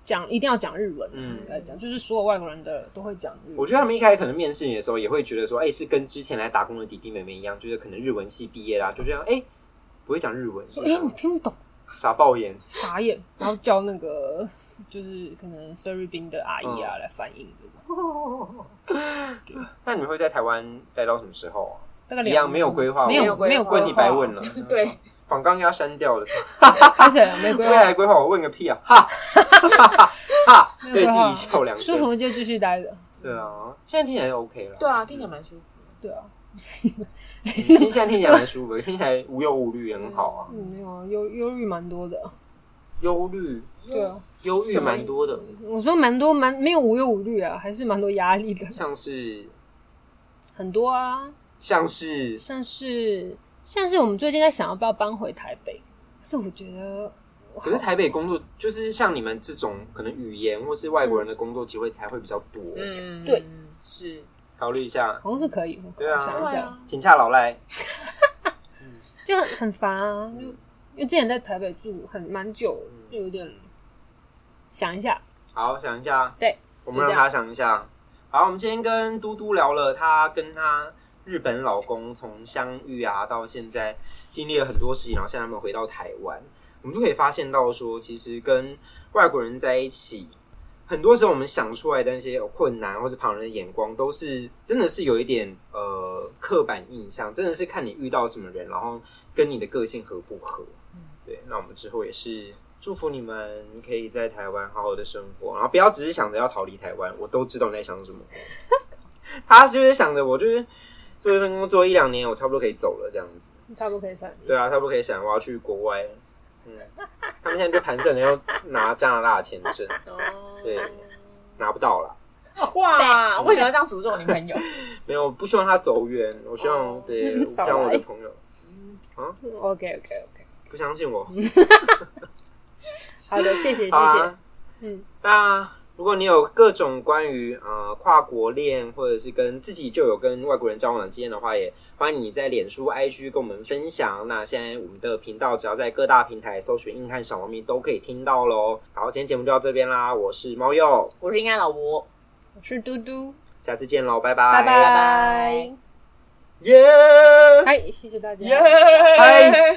讲一定要讲日文，啊嗯应该讲就是所有外国人的都会讲日文，我觉得他们一开始可能面试你的时候，也会觉得说，哎、是跟之前来打工的弟弟妹妹一样，就是可能日文系毕业啦，就这样，哎、不会讲日文，是说不哎、是你听不懂。傻爆眼。 [laughs] 傻眼，然后叫那个就是可能菲律宾的阿姨啊嗯来翻译这种，啊那你们会在台湾待到什么时候啊？大概一两样没有规划，没没有有规划没有问题白问了，了。对，访刚要删掉的， [laughs] 而且没规未划来，规划我问个屁啊！ [laughs] 哈哈哈哈！没有对规自划己笑两舒声。服就继续待着，对啊，现在听起来 OK 了。对啊，听起来蛮舒服的。对啊，嗯，现在听起来蛮舒服的，听起来无忧无虑，很好啊。嗯，没有啊忧忧郁蛮多的，忧虑，对啊，忧郁什么蛮多的，我说蛮多蛮没有无忧无虑啊，还是蛮多压力的，像是很多啊，像是像是像是我们最近在想要不要搬回台北，可是我觉得可是台北工作就是像你们这种可能语言或是外国嗯人的工作机会才会比较多，嗯，对，是，考虑一下，好像是可以，我对啊想一对想啊，请假老赖。就很很烦啊，就因为之前在台北住很蛮久，就有点想一下，好，想一下，对，我们让他想一下。好，我们今天跟嘟嘟聊了他跟他日本老公从相遇啊到现在经历了很多事情，然后现在他们回到台湾，我们就可以发现到说，其实跟外国人在一起，很多时候我们想出来的那些困难或是旁人的眼光，都是真的是有一点呃刻板印象，真的是看你遇到什么人，然后跟你的个性合不合。对，那我们之后也是祝福你们可以在台湾好好的生活，然后不要只是想着要逃离台湾，我都知道你在想什么。 [laughs] 他就是想着我就是做一份工作一两年，我差不多可以走了这样子。你差不多可以闪。对啊，差不多可以想我要去国外了。嗯，他们现在就盘算着要拿加拿大的签证，哦对，嗯拿不到啦。哇，为什么要这样诅咒我女朋友？没有，我不希望他走远，我希望、哦 [laughs] 对，我希望我的朋友嗯 OK OK OK，不相信我。好的，谢谢谢好谢。啊，嗯，那如果你有各种关于呃跨国恋，或者是跟自己就有跟外国人交往的经验的话，也欢迎你在脸书、IG 跟我们分享。那现在我们的频道只要在各大平台搜寻“硬汉小猫咪”都可以听到喽。好，今天节目就到这边啦，我是猫鼬，我是应该老吴，我是嘟嘟，下次见喽，拜拜拜拜。耶！嗨，谢谢大家。嗨。